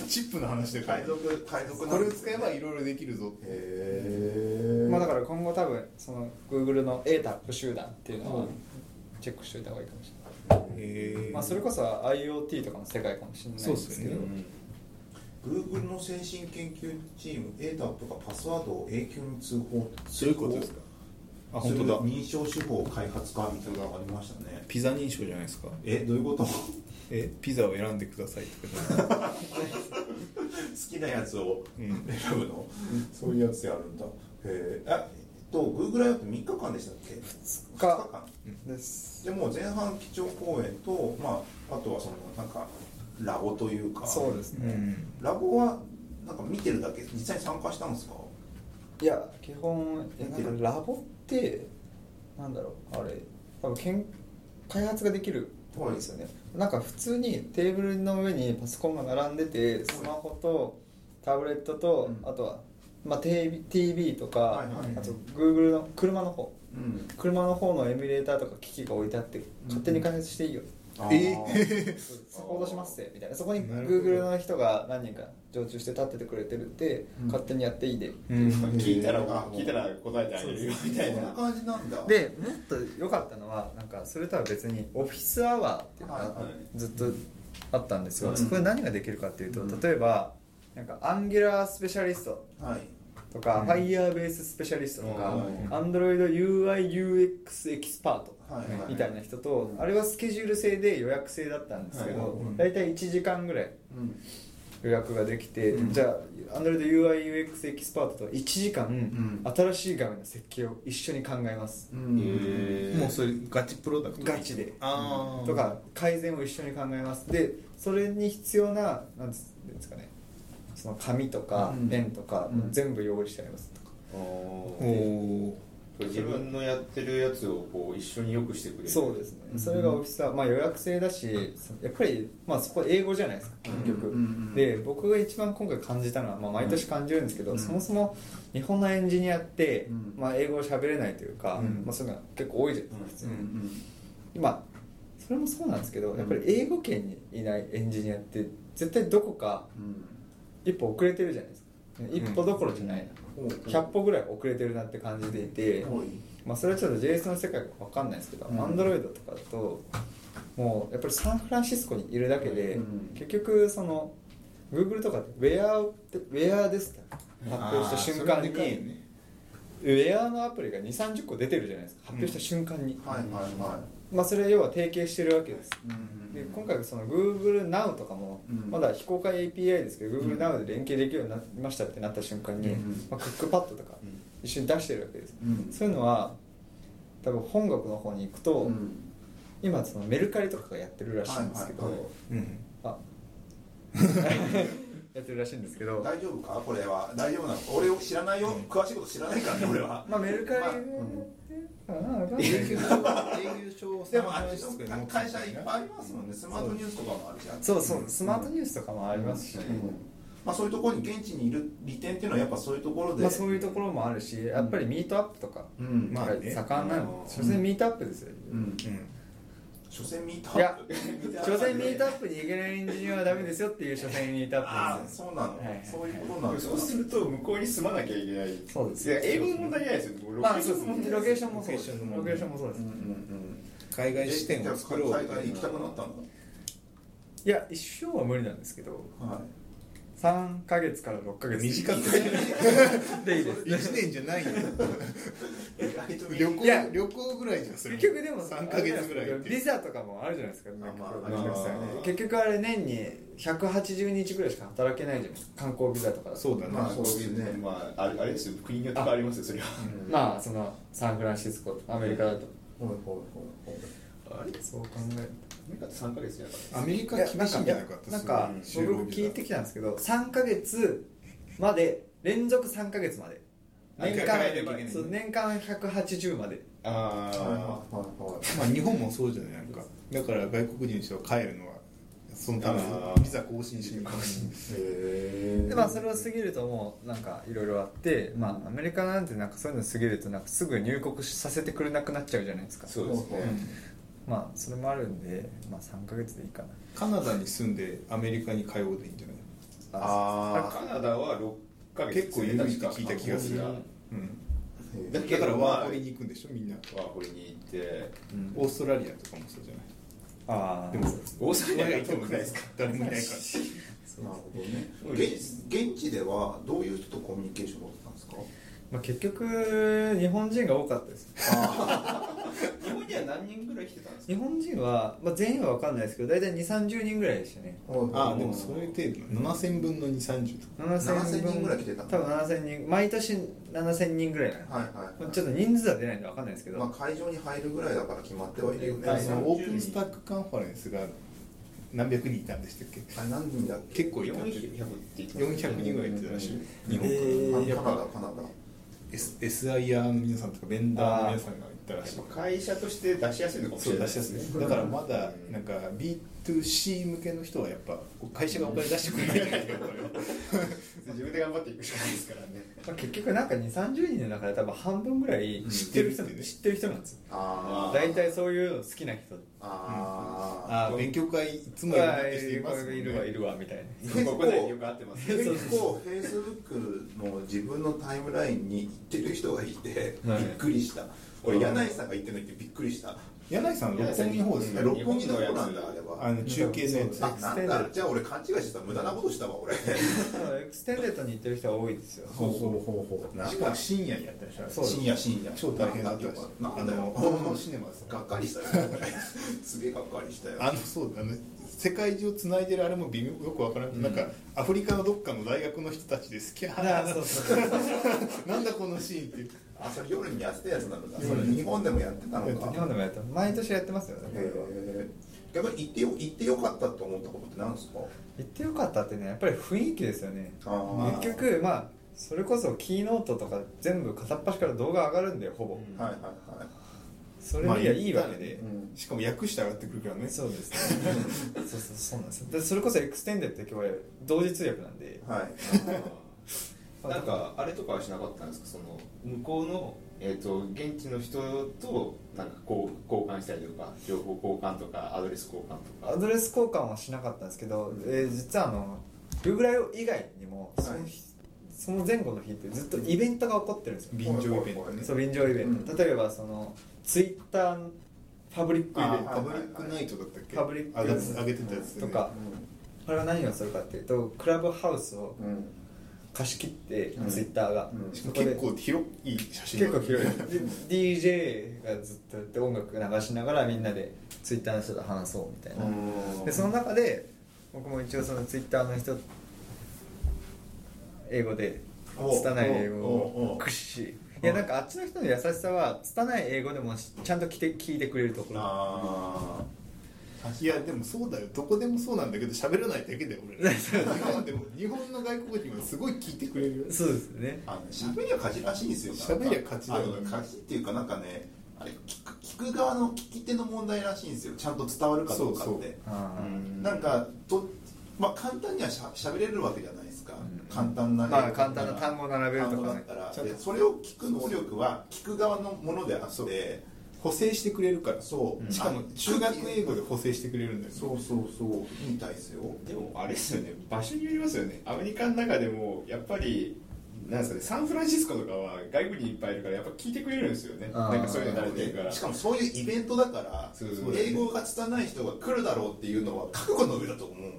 Speaker 3: チップの話で
Speaker 1: 海賊海賊
Speaker 3: これを使えば
Speaker 1: へ
Speaker 3: いろいろできるぞって
Speaker 1: え
Speaker 2: まあだから今後多分その Google の A タップ集団っていうのはチェックしておいた方がいいかもしれない
Speaker 3: へー
Speaker 2: まあそれこそ IoT とかの世界かもしれない
Speaker 3: そう
Speaker 2: で
Speaker 3: っす
Speaker 2: すけ
Speaker 3: よ
Speaker 2: ど
Speaker 3: ね
Speaker 1: Google の精神研究チーム ATAP がパスワードを永久に通報
Speaker 3: そういうことですかあ
Speaker 1: す
Speaker 3: 本
Speaker 1: る
Speaker 3: 当だ
Speaker 1: 認証手法開発化みたいなのがありましたね
Speaker 3: ピザ認証じゃないですか
Speaker 1: えどういうこと好
Speaker 3: えピザを選んでくださいとか
Speaker 1: きなやつを
Speaker 3: うん
Speaker 1: 選ぶのそういうやつやるんだえー、あえっと Google アイオーって3日間でしたっけ2
Speaker 2: 日
Speaker 1: 間
Speaker 2: です
Speaker 1: でもう前半基調講演と、まあ、あとはそのなんかラボというか
Speaker 2: そうです
Speaker 3: う
Speaker 2: ね、
Speaker 3: ん
Speaker 1: ラボはなんか見てるだけ実際に参加したんですか
Speaker 2: いや基本えなんかラボってなんだろうあれ多分けん開発ができるところですよね、なんか普通にテーブルの上にパソコンが並んでてスマホとタブレットと、
Speaker 1: うん
Speaker 2: あとは、まあ、TV, TV とか、
Speaker 1: はいはい
Speaker 2: あと Google の車の方
Speaker 1: うん
Speaker 2: 車の方のエミュレーターとか機器が置いてあって勝手に開発していいよ、
Speaker 1: あー
Speaker 3: え
Speaker 2: サポートしますぜみたいなそこに
Speaker 3: なるほど
Speaker 2: Google の人が何人か常駐して立っててくれてるって、
Speaker 1: うん
Speaker 2: 勝手にやっていいで
Speaker 3: うん
Speaker 4: 聞いたら聞いたら答えてあげるよみたい
Speaker 1: こんな
Speaker 4: な
Speaker 1: 感じなんだ
Speaker 2: でもっと良かったのはなんかそれとは別にオフィスアワーっていうの
Speaker 1: はい
Speaker 2: が
Speaker 1: はい
Speaker 2: ずっとあったんですよ、
Speaker 1: うん
Speaker 2: そこで何ができるかっていうと、
Speaker 1: うん
Speaker 2: 例えばなんかアンギュラースペシャリスト
Speaker 1: はい
Speaker 2: とか、
Speaker 3: うん
Speaker 2: ファイヤーベーススペシャリストとか、
Speaker 1: うん
Speaker 2: アンドロイド UIUX エキスパート
Speaker 1: はいはい
Speaker 2: みたいな人と、あれはスケジュール制で予約制だったんですけど、
Speaker 1: はい
Speaker 3: うん
Speaker 2: 大体1時間ぐらい
Speaker 1: うん
Speaker 2: 予約ができて、
Speaker 1: うん
Speaker 2: じゃあ AndroidUIUX エキスパートとは1時間、
Speaker 1: ん
Speaker 2: 新しい画面の設計を一緒に考えます、
Speaker 1: うん
Speaker 3: もうそれガチプロダクト
Speaker 2: ガチで
Speaker 3: ああ
Speaker 2: とか改善を一緒に考えますでそれに必要ななんつうんですかねその紙とか
Speaker 1: うん
Speaker 2: ペンとか、
Speaker 1: うん
Speaker 2: 全部用意してありますとか、
Speaker 4: お
Speaker 3: お
Speaker 4: お
Speaker 3: お
Speaker 4: 自分のやってるやつをこう一緒によくしてくれる
Speaker 2: そうですね、
Speaker 1: うん
Speaker 2: それがオフィスは、まあ、予約制だしやっぱり、まあ、そこ英語じゃないですか結局、
Speaker 1: うんうん
Speaker 2: で僕が一番今回感じたのは、まあ、毎年感じるんですけど、
Speaker 1: うん
Speaker 2: そもそも日本のエンジニアって、
Speaker 1: うん
Speaker 2: まあ、英語を喋れないというか、
Speaker 1: うん
Speaker 2: まあ、そういうのが結構多いじゃないですか普通
Speaker 1: う
Speaker 2: に、
Speaker 1: ん
Speaker 2: まあそれもそうなんですけど、
Speaker 1: うん
Speaker 2: やっぱり英語圏にいないエンジニアって絶対どこか一歩遅れてるじゃないですか一歩どころじゃないな、
Speaker 1: うん
Speaker 2: 100歩ぐらい遅れてるなって感じていて、
Speaker 1: 多い
Speaker 2: まあ、それはちょっと JS の世界かわかんないですけど、
Speaker 1: う
Speaker 2: Android
Speaker 1: ん
Speaker 2: とかだともうやっぱりサンフランシスコにいるだけで、
Speaker 1: うん
Speaker 2: 結局その Google とかってウェアをってウェアですって発表した瞬間に、ウェアのアプリが2 3 0個出てるじゃないですか発表した瞬間に、
Speaker 1: はいはいは
Speaker 2: まあ、それは要は提携してるわけです
Speaker 1: いうん
Speaker 2: で今回その Google Now とかも、
Speaker 1: うん
Speaker 2: まだ非公開 API ですけど、
Speaker 1: うん
Speaker 2: Google Now で連携できるようになりましたってなった瞬間に、
Speaker 1: うん
Speaker 2: まあ、クックパッドとか
Speaker 4: うん
Speaker 2: 一緒に出してるわけです、
Speaker 1: うん
Speaker 2: そういうのは多分本国の方に行くと、
Speaker 1: うん
Speaker 2: 今そのメルカリとかがやってるらしいんですけど、
Speaker 1: はいはいはい
Speaker 3: うん
Speaker 2: あ やってるらしいんですけど
Speaker 1: 大丈夫かこれは大丈夫なの俺を知らないよ詳しいこと知らないからね俺は
Speaker 2: まあメルカリ
Speaker 1: まあ
Speaker 2: で
Speaker 1: うん
Speaker 2: ああ
Speaker 3: 営業証
Speaker 1: でもあっちの会社いっぱいありますもんねスマートニュースとかもあるじゃん
Speaker 2: そうそうスマートニュースとかもありますし、
Speaker 1: うんまあ、そういうところに現地にいる利点っていうのはやっぱそういうところで、
Speaker 2: まあ、そういうところもあるしやっぱりミートアップとか
Speaker 1: うん
Speaker 3: まあね
Speaker 2: 盛んなの
Speaker 4: うん
Speaker 2: 所詮ミートアップですよ、
Speaker 1: うん
Speaker 3: うん
Speaker 1: 所詮ミート
Speaker 2: いや
Speaker 1: アップ
Speaker 2: 所詮ミートアップに行けないエンジニアはダメですよっていう所詮ミートア
Speaker 1: あ
Speaker 2: ッ
Speaker 1: あ
Speaker 2: プですよ
Speaker 1: そうなの、
Speaker 2: はい
Speaker 1: そういうことなんだ
Speaker 4: そうすると向こうに住まなきゃいけない
Speaker 2: そうです
Speaker 4: いや英語の問題じゃないですよロケ
Speaker 2: まあ
Speaker 4: ーシ
Speaker 2: そ
Speaker 4: ョ
Speaker 2: う
Speaker 4: ン
Speaker 2: です
Speaker 4: の問
Speaker 2: ね
Speaker 4: 題
Speaker 2: ロケーションもそうです
Speaker 3: ロケーションも
Speaker 2: ロケーションもそうです、
Speaker 1: うんうんうん
Speaker 3: 海外視点を作ろう
Speaker 1: 海外行きたくなったん
Speaker 2: いや一生は無理なんですけど
Speaker 1: だはい
Speaker 2: 3ヶ月から6ヶ月
Speaker 3: 短く
Speaker 2: でいいです
Speaker 3: 1年じゃないよ
Speaker 1: 意外と
Speaker 3: 旅
Speaker 2: いや
Speaker 3: 行旅行ぐらいじゃんそれ
Speaker 2: 結局でも
Speaker 3: 3ヶ月ぐらいって
Speaker 2: ビザとかもあるじゃないですかなんか
Speaker 1: まあ
Speaker 2: こう
Speaker 1: あり
Speaker 4: ますよね
Speaker 2: 結局あれ年に180日ぐらいしか働けないじゃないですか観光ビザとかだと
Speaker 3: そうだね
Speaker 1: まあそうですね
Speaker 4: まああれあれですよ国によって変わりますよそれは
Speaker 2: まあそのサンフランシスコアメリカだと
Speaker 1: ほいほいほいほい
Speaker 4: あれ
Speaker 2: そう考え
Speaker 4: アメリカって3ヶ月じゃなかった
Speaker 3: アメリカ
Speaker 2: る
Speaker 3: 厳しいんじゃなかった
Speaker 2: なんか
Speaker 3: その
Speaker 2: 僕
Speaker 3: 就労ビザ
Speaker 2: 聞いてきたんですけど3ヶ月まで連続3ヶ月まで年間
Speaker 3: あ一回帰ればいいね
Speaker 2: そう年間180まで
Speaker 4: あ
Speaker 1: はい
Speaker 4: あ
Speaker 1: はいはいはい
Speaker 3: まあ日本もそうじゃないなんかだから外国人の人は帰るのはそのために
Speaker 4: あー
Speaker 3: ビザ更新しに行く
Speaker 1: へえ
Speaker 2: でまあそれを過ぎるともうなんかいろいろあって、まあ、アメリカなんてなんかそういうの過ぎるとなんかすぐ入国させてくれなくなっちゃうじゃないですか
Speaker 4: そうですね
Speaker 2: まあそれもあるんで、まあ、3ヶ月でいいかな
Speaker 3: カナダに住んでアメリカに通うでいいんじゃない
Speaker 1: あ
Speaker 4: カナダは6ヶ月
Speaker 3: 結構緩いって聞いた気がする
Speaker 4: ワ
Speaker 3: うん
Speaker 1: ー
Speaker 4: だ
Speaker 3: だからワーホリに行くんでしょみんな
Speaker 4: ーホリに行って
Speaker 3: オーストラリアとかもそうじゃない
Speaker 2: ああ
Speaker 3: でも
Speaker 4: オーストラリアが行ってもくないですか
Speaker 3: 誰もいないか
Speaker 1: なるほどね現現地ではどういう人とコミュニケーションを取ってたんですか
Speaker 2: うまあ、結局日本人が多かったです
Speaker 4: 日本には何人ぐらい来てたんですか
Speaker 2: 日本人は、まあ、全員は分かんないですけど大体2 3 0人ぐらいでしたね
Speaker 3: ああでもそれ程度なの7000分の230とか
Speaker 2: 7000
Speaker 1: 7000人ぐらい来てた
Speaker 2: 多分7000人毎年7000人ぐらいなの、
Speaker 1: はいはい、
Speaker 2: ま
Speaker 1: は
Speaker 2: あ
Speaker 1: い
Speaker 2: ちょっと人数は出ないんで分かんないですけど、
Speaker 1: まあ、会場に入るぐらいだから決まってはいるよね、
Speaker 3: あ
Speaker 1: あ
Speaker 3: の
Speaker 1: れ
Speaker 4: はい
Speaker 3: オープンスタックカンファレンスが何百人いたんでしたっけ
Speaker 1: 何人だっけ
Speaker 3: 結構いたって
Speaker 4: って言ってました
Speaker 3: 400人ぐらいいてたらしい日本
Speaker 1: え
Speaker 3: か
Speaker 1: ー、
Speaker 3: ら、
Speaker 1: カナダカナダ
Speaker 3: S SIR の皆さんとかベンダーの皆さんがいたらしい
Speaker 4: 会社として出しやすいのかもし
Speaker 3: そ
Speaker 4: れ
Speaker 3: う
Speaker 4: ない
Speaker 3: 出しやすいね だからまだなんか B2C 向けの人はやっぱ会社がお金出してくれないじゃないですかこ
Speaker 4: 自分で頑張っていくしかないですからね
Speaker 2: まあ結局なんか2 3 0人の中で多分半分ぐらい知ってる人、
Speaker 3: うん
Speaker 2: 知ってる人なんですよ
Speaker 1: あー
Speaker 2: 大体そういうの好きな人
Speaker 1: あ
Speaker 3: ああ勉強会いつもいるなって人いますもんね
Speaker 2: いるわいるわみたいな
Speaker 1: 結構
Speaker 4: ここでよく合ってます
Speaker 1: ー結構フェイスブックの自分のタイムラインに行ってる人がいてび
Speaker 2: はい
Speaker 1: っくりした、俺柳井さんが行ってるのにびっくりした
Speaker 3: 柳井さん六本木の方ですね
Speaker 4: 柳井
Speaker 1: 六本木の方なんだあれ
Speaker 3: あ
Speaker 1: は
Speaker 3: の中継のやつ
Speaker 2: そう
Speaker 1: あなんだじゃあ俺勘違いしてた無駄なことしたわ俺
Speaker 2: エクステンデッドに行ってる人は多い ですよ
Speaker 3: そうそう
Speaker 1: ほうなん
Speaker 3: しか
Speaker 1: か
Speaker 3: も深夜にやったでしょあれ
Speaker 2: そう
Speaker 1: 深夜深夜
Speaker 3: 超大変だった
Speaker 1: な
Speaker 3: で
Speaker 1: ん
Speaker 3: し
Speaker 1: だ
Speaker 3: ょ
Speaker 1: よな
Speaker 3: あ
Speaker 1: んだ
Speaker 3: の
Speaker 1: よ
Speaker 3: 本のシネマズ
Speaker 1: がっかりしたよすげえがっかりしたよ
Speaker 3: あのそうだね世界中つないでるあれも微妙よくわからなくてなんかアフリカのどっかの大学の人たちですキャ
Speaker 2: あ
Speaker 3: ー
Speaker 2: そうそうそう
Speaker 3: なんだこのシーンっていう
Speaker 1: あそれ夜にやってたやつなんだそれ日本でもやってたの
Speaker 3: やっ
Speaker 1: か
Speaker 2: 日本でもやってます毎年やってますよねこれは
Speaker 1: へえ逆に行ってよ行ってよかったと思ったことって何ですか
Speaker 2: 行ってよかったってねやっぱり雰囲気ですよね
Speaker 1: あー
Speaker 3: まあ
Speaker 2: 結局まあそれこそキーノートとか全部片っ端から動画上がるんでほぼ、
Speaker 4: うん
Speaker 1: はいはいはい
Speaker 2: それでいいわけで、
Speaker 1: うん
Speaker 3: しかも訳して上がってくるからね
Speaker 2: そうですねそうそうそうなんですよでそれこそエクステンデッドって今日は同時通訳なんで
Speaker 1: はい
Speaker 4: なんかあれとかはしなかったんですかその向こうの、えー、と現地の人となんかこう交換したりとか情報交換とかアドレス交換と
Speaker 2: ア
Speaker 4: か
Speaker 2: ドレス交換はしなかったんですけど、えー実はあの Google 以外にもそ
Speaker 1: は
Speaker 2: の,、
Speaker 1: い
Speaker 2: その前後の日ってずっとイベントが起こってるんですよ、
Speaker 3: 便乗イベントね
Speaker 2: そう便乗イベント、
Speaker 1: うん
Speaker 2: 例えばその Twitter のパブリックイベ
Speaker 3: あ
Speaker 2: ン
Speaker 3: パブリックナイトだったっけ
Speaker 2: パブリック
Speaker 3: あげ上げてたや
Speaker 2: ト
Speaker 3: つで
Speaker 2: と
Speaker 3: ね
Speaker 2: か、これは何をするかっていうとクラブハウスを
Speaker 1: うんうん
Speaker 2: 貸し切って、
Speaker 1: うん
Speaker 2: Twitter が、
Speaker 1: うん
Speaker 3: し
Speaker 2: そ
Speaker 3: かも
Speaker 2: こで
Speaker 3: 結構広い写真
Speaker 2: 結構広いで DJ がずっとやって音楽流しながらみんなで Twitter の人と話そうみたいな、でその中で僕も一応そのツイッターの人英語で
Speaker 1: お
Speaker 2: 拙い英語
Speaker 1: お
Speaker 2: を
Speaker 1: お
Speaker 2: 駆使しいやなんかあっちの人の優しさは拙い英語でもしちゃんと聞いて聞いてくれるところ
Speaker 1: あ
Speaker 3: いやでもそうだよどこでもそうなんだけど喋らないだけだよ 俺ら日本でも日本の外国人はすごい聞いてくれるよ
Speaker 2: そうですね
Speaker 1: ああの喋りゃ勝ちらしいんですよ
Speaker 3: 喋りゃ勝ちだ
Speaker 1: だ
Speaker 3: よ
Speaker 1: 勝ちっていうかなんかねあれ聞く聞く側の聞き手の問題らしいんですよちゃんと伝わるかどうかって
Speaker 3: そうそう
Speaker 2: あー
Speaker 1: なんかと、まあ、簡単にはしゃ喋れるわけじゃないですか、
Speaker 2: ん
Speaker 1: 簡単な、
Speaker 2: まあ簡単な単語を並べると
Speaker 1: 単語
Speaker 2: か
Speaker 1: だ
Speaker 2: ね
Speaker 1: ったら
Speaker 3: ちゃんと
Speaker 1: でそれを聞く能力は聞く側のものであ
Speaker 3: そ
Speaker 1: っ
Speaker 3: う
Speaker 1: て
Speaker 3: 補正してくれるから
Speaker 1: そう、
Speaker 3: しかも
Speaker 1: あ
Speaker 3: 中学英語で補正してくれるんだよ
Speaker 1: そうそうそうみたいですよ
Speaker 4: でもあれですよね場所によりますよねアメリカの中でもやっぱりなんですかねサンフランシスコとかは外部にいっぱいいるからやっぱ聞いてくれるんですよね
Speaker 2: あー
Speaker 4: なんかそういうの慣れてるから
Speaker 1: しかもそういうイベントだから
Speaker 4: そうそう
Speaker 1: 英語が拙い人が来るだろうっていうのは覚悟の上だと思う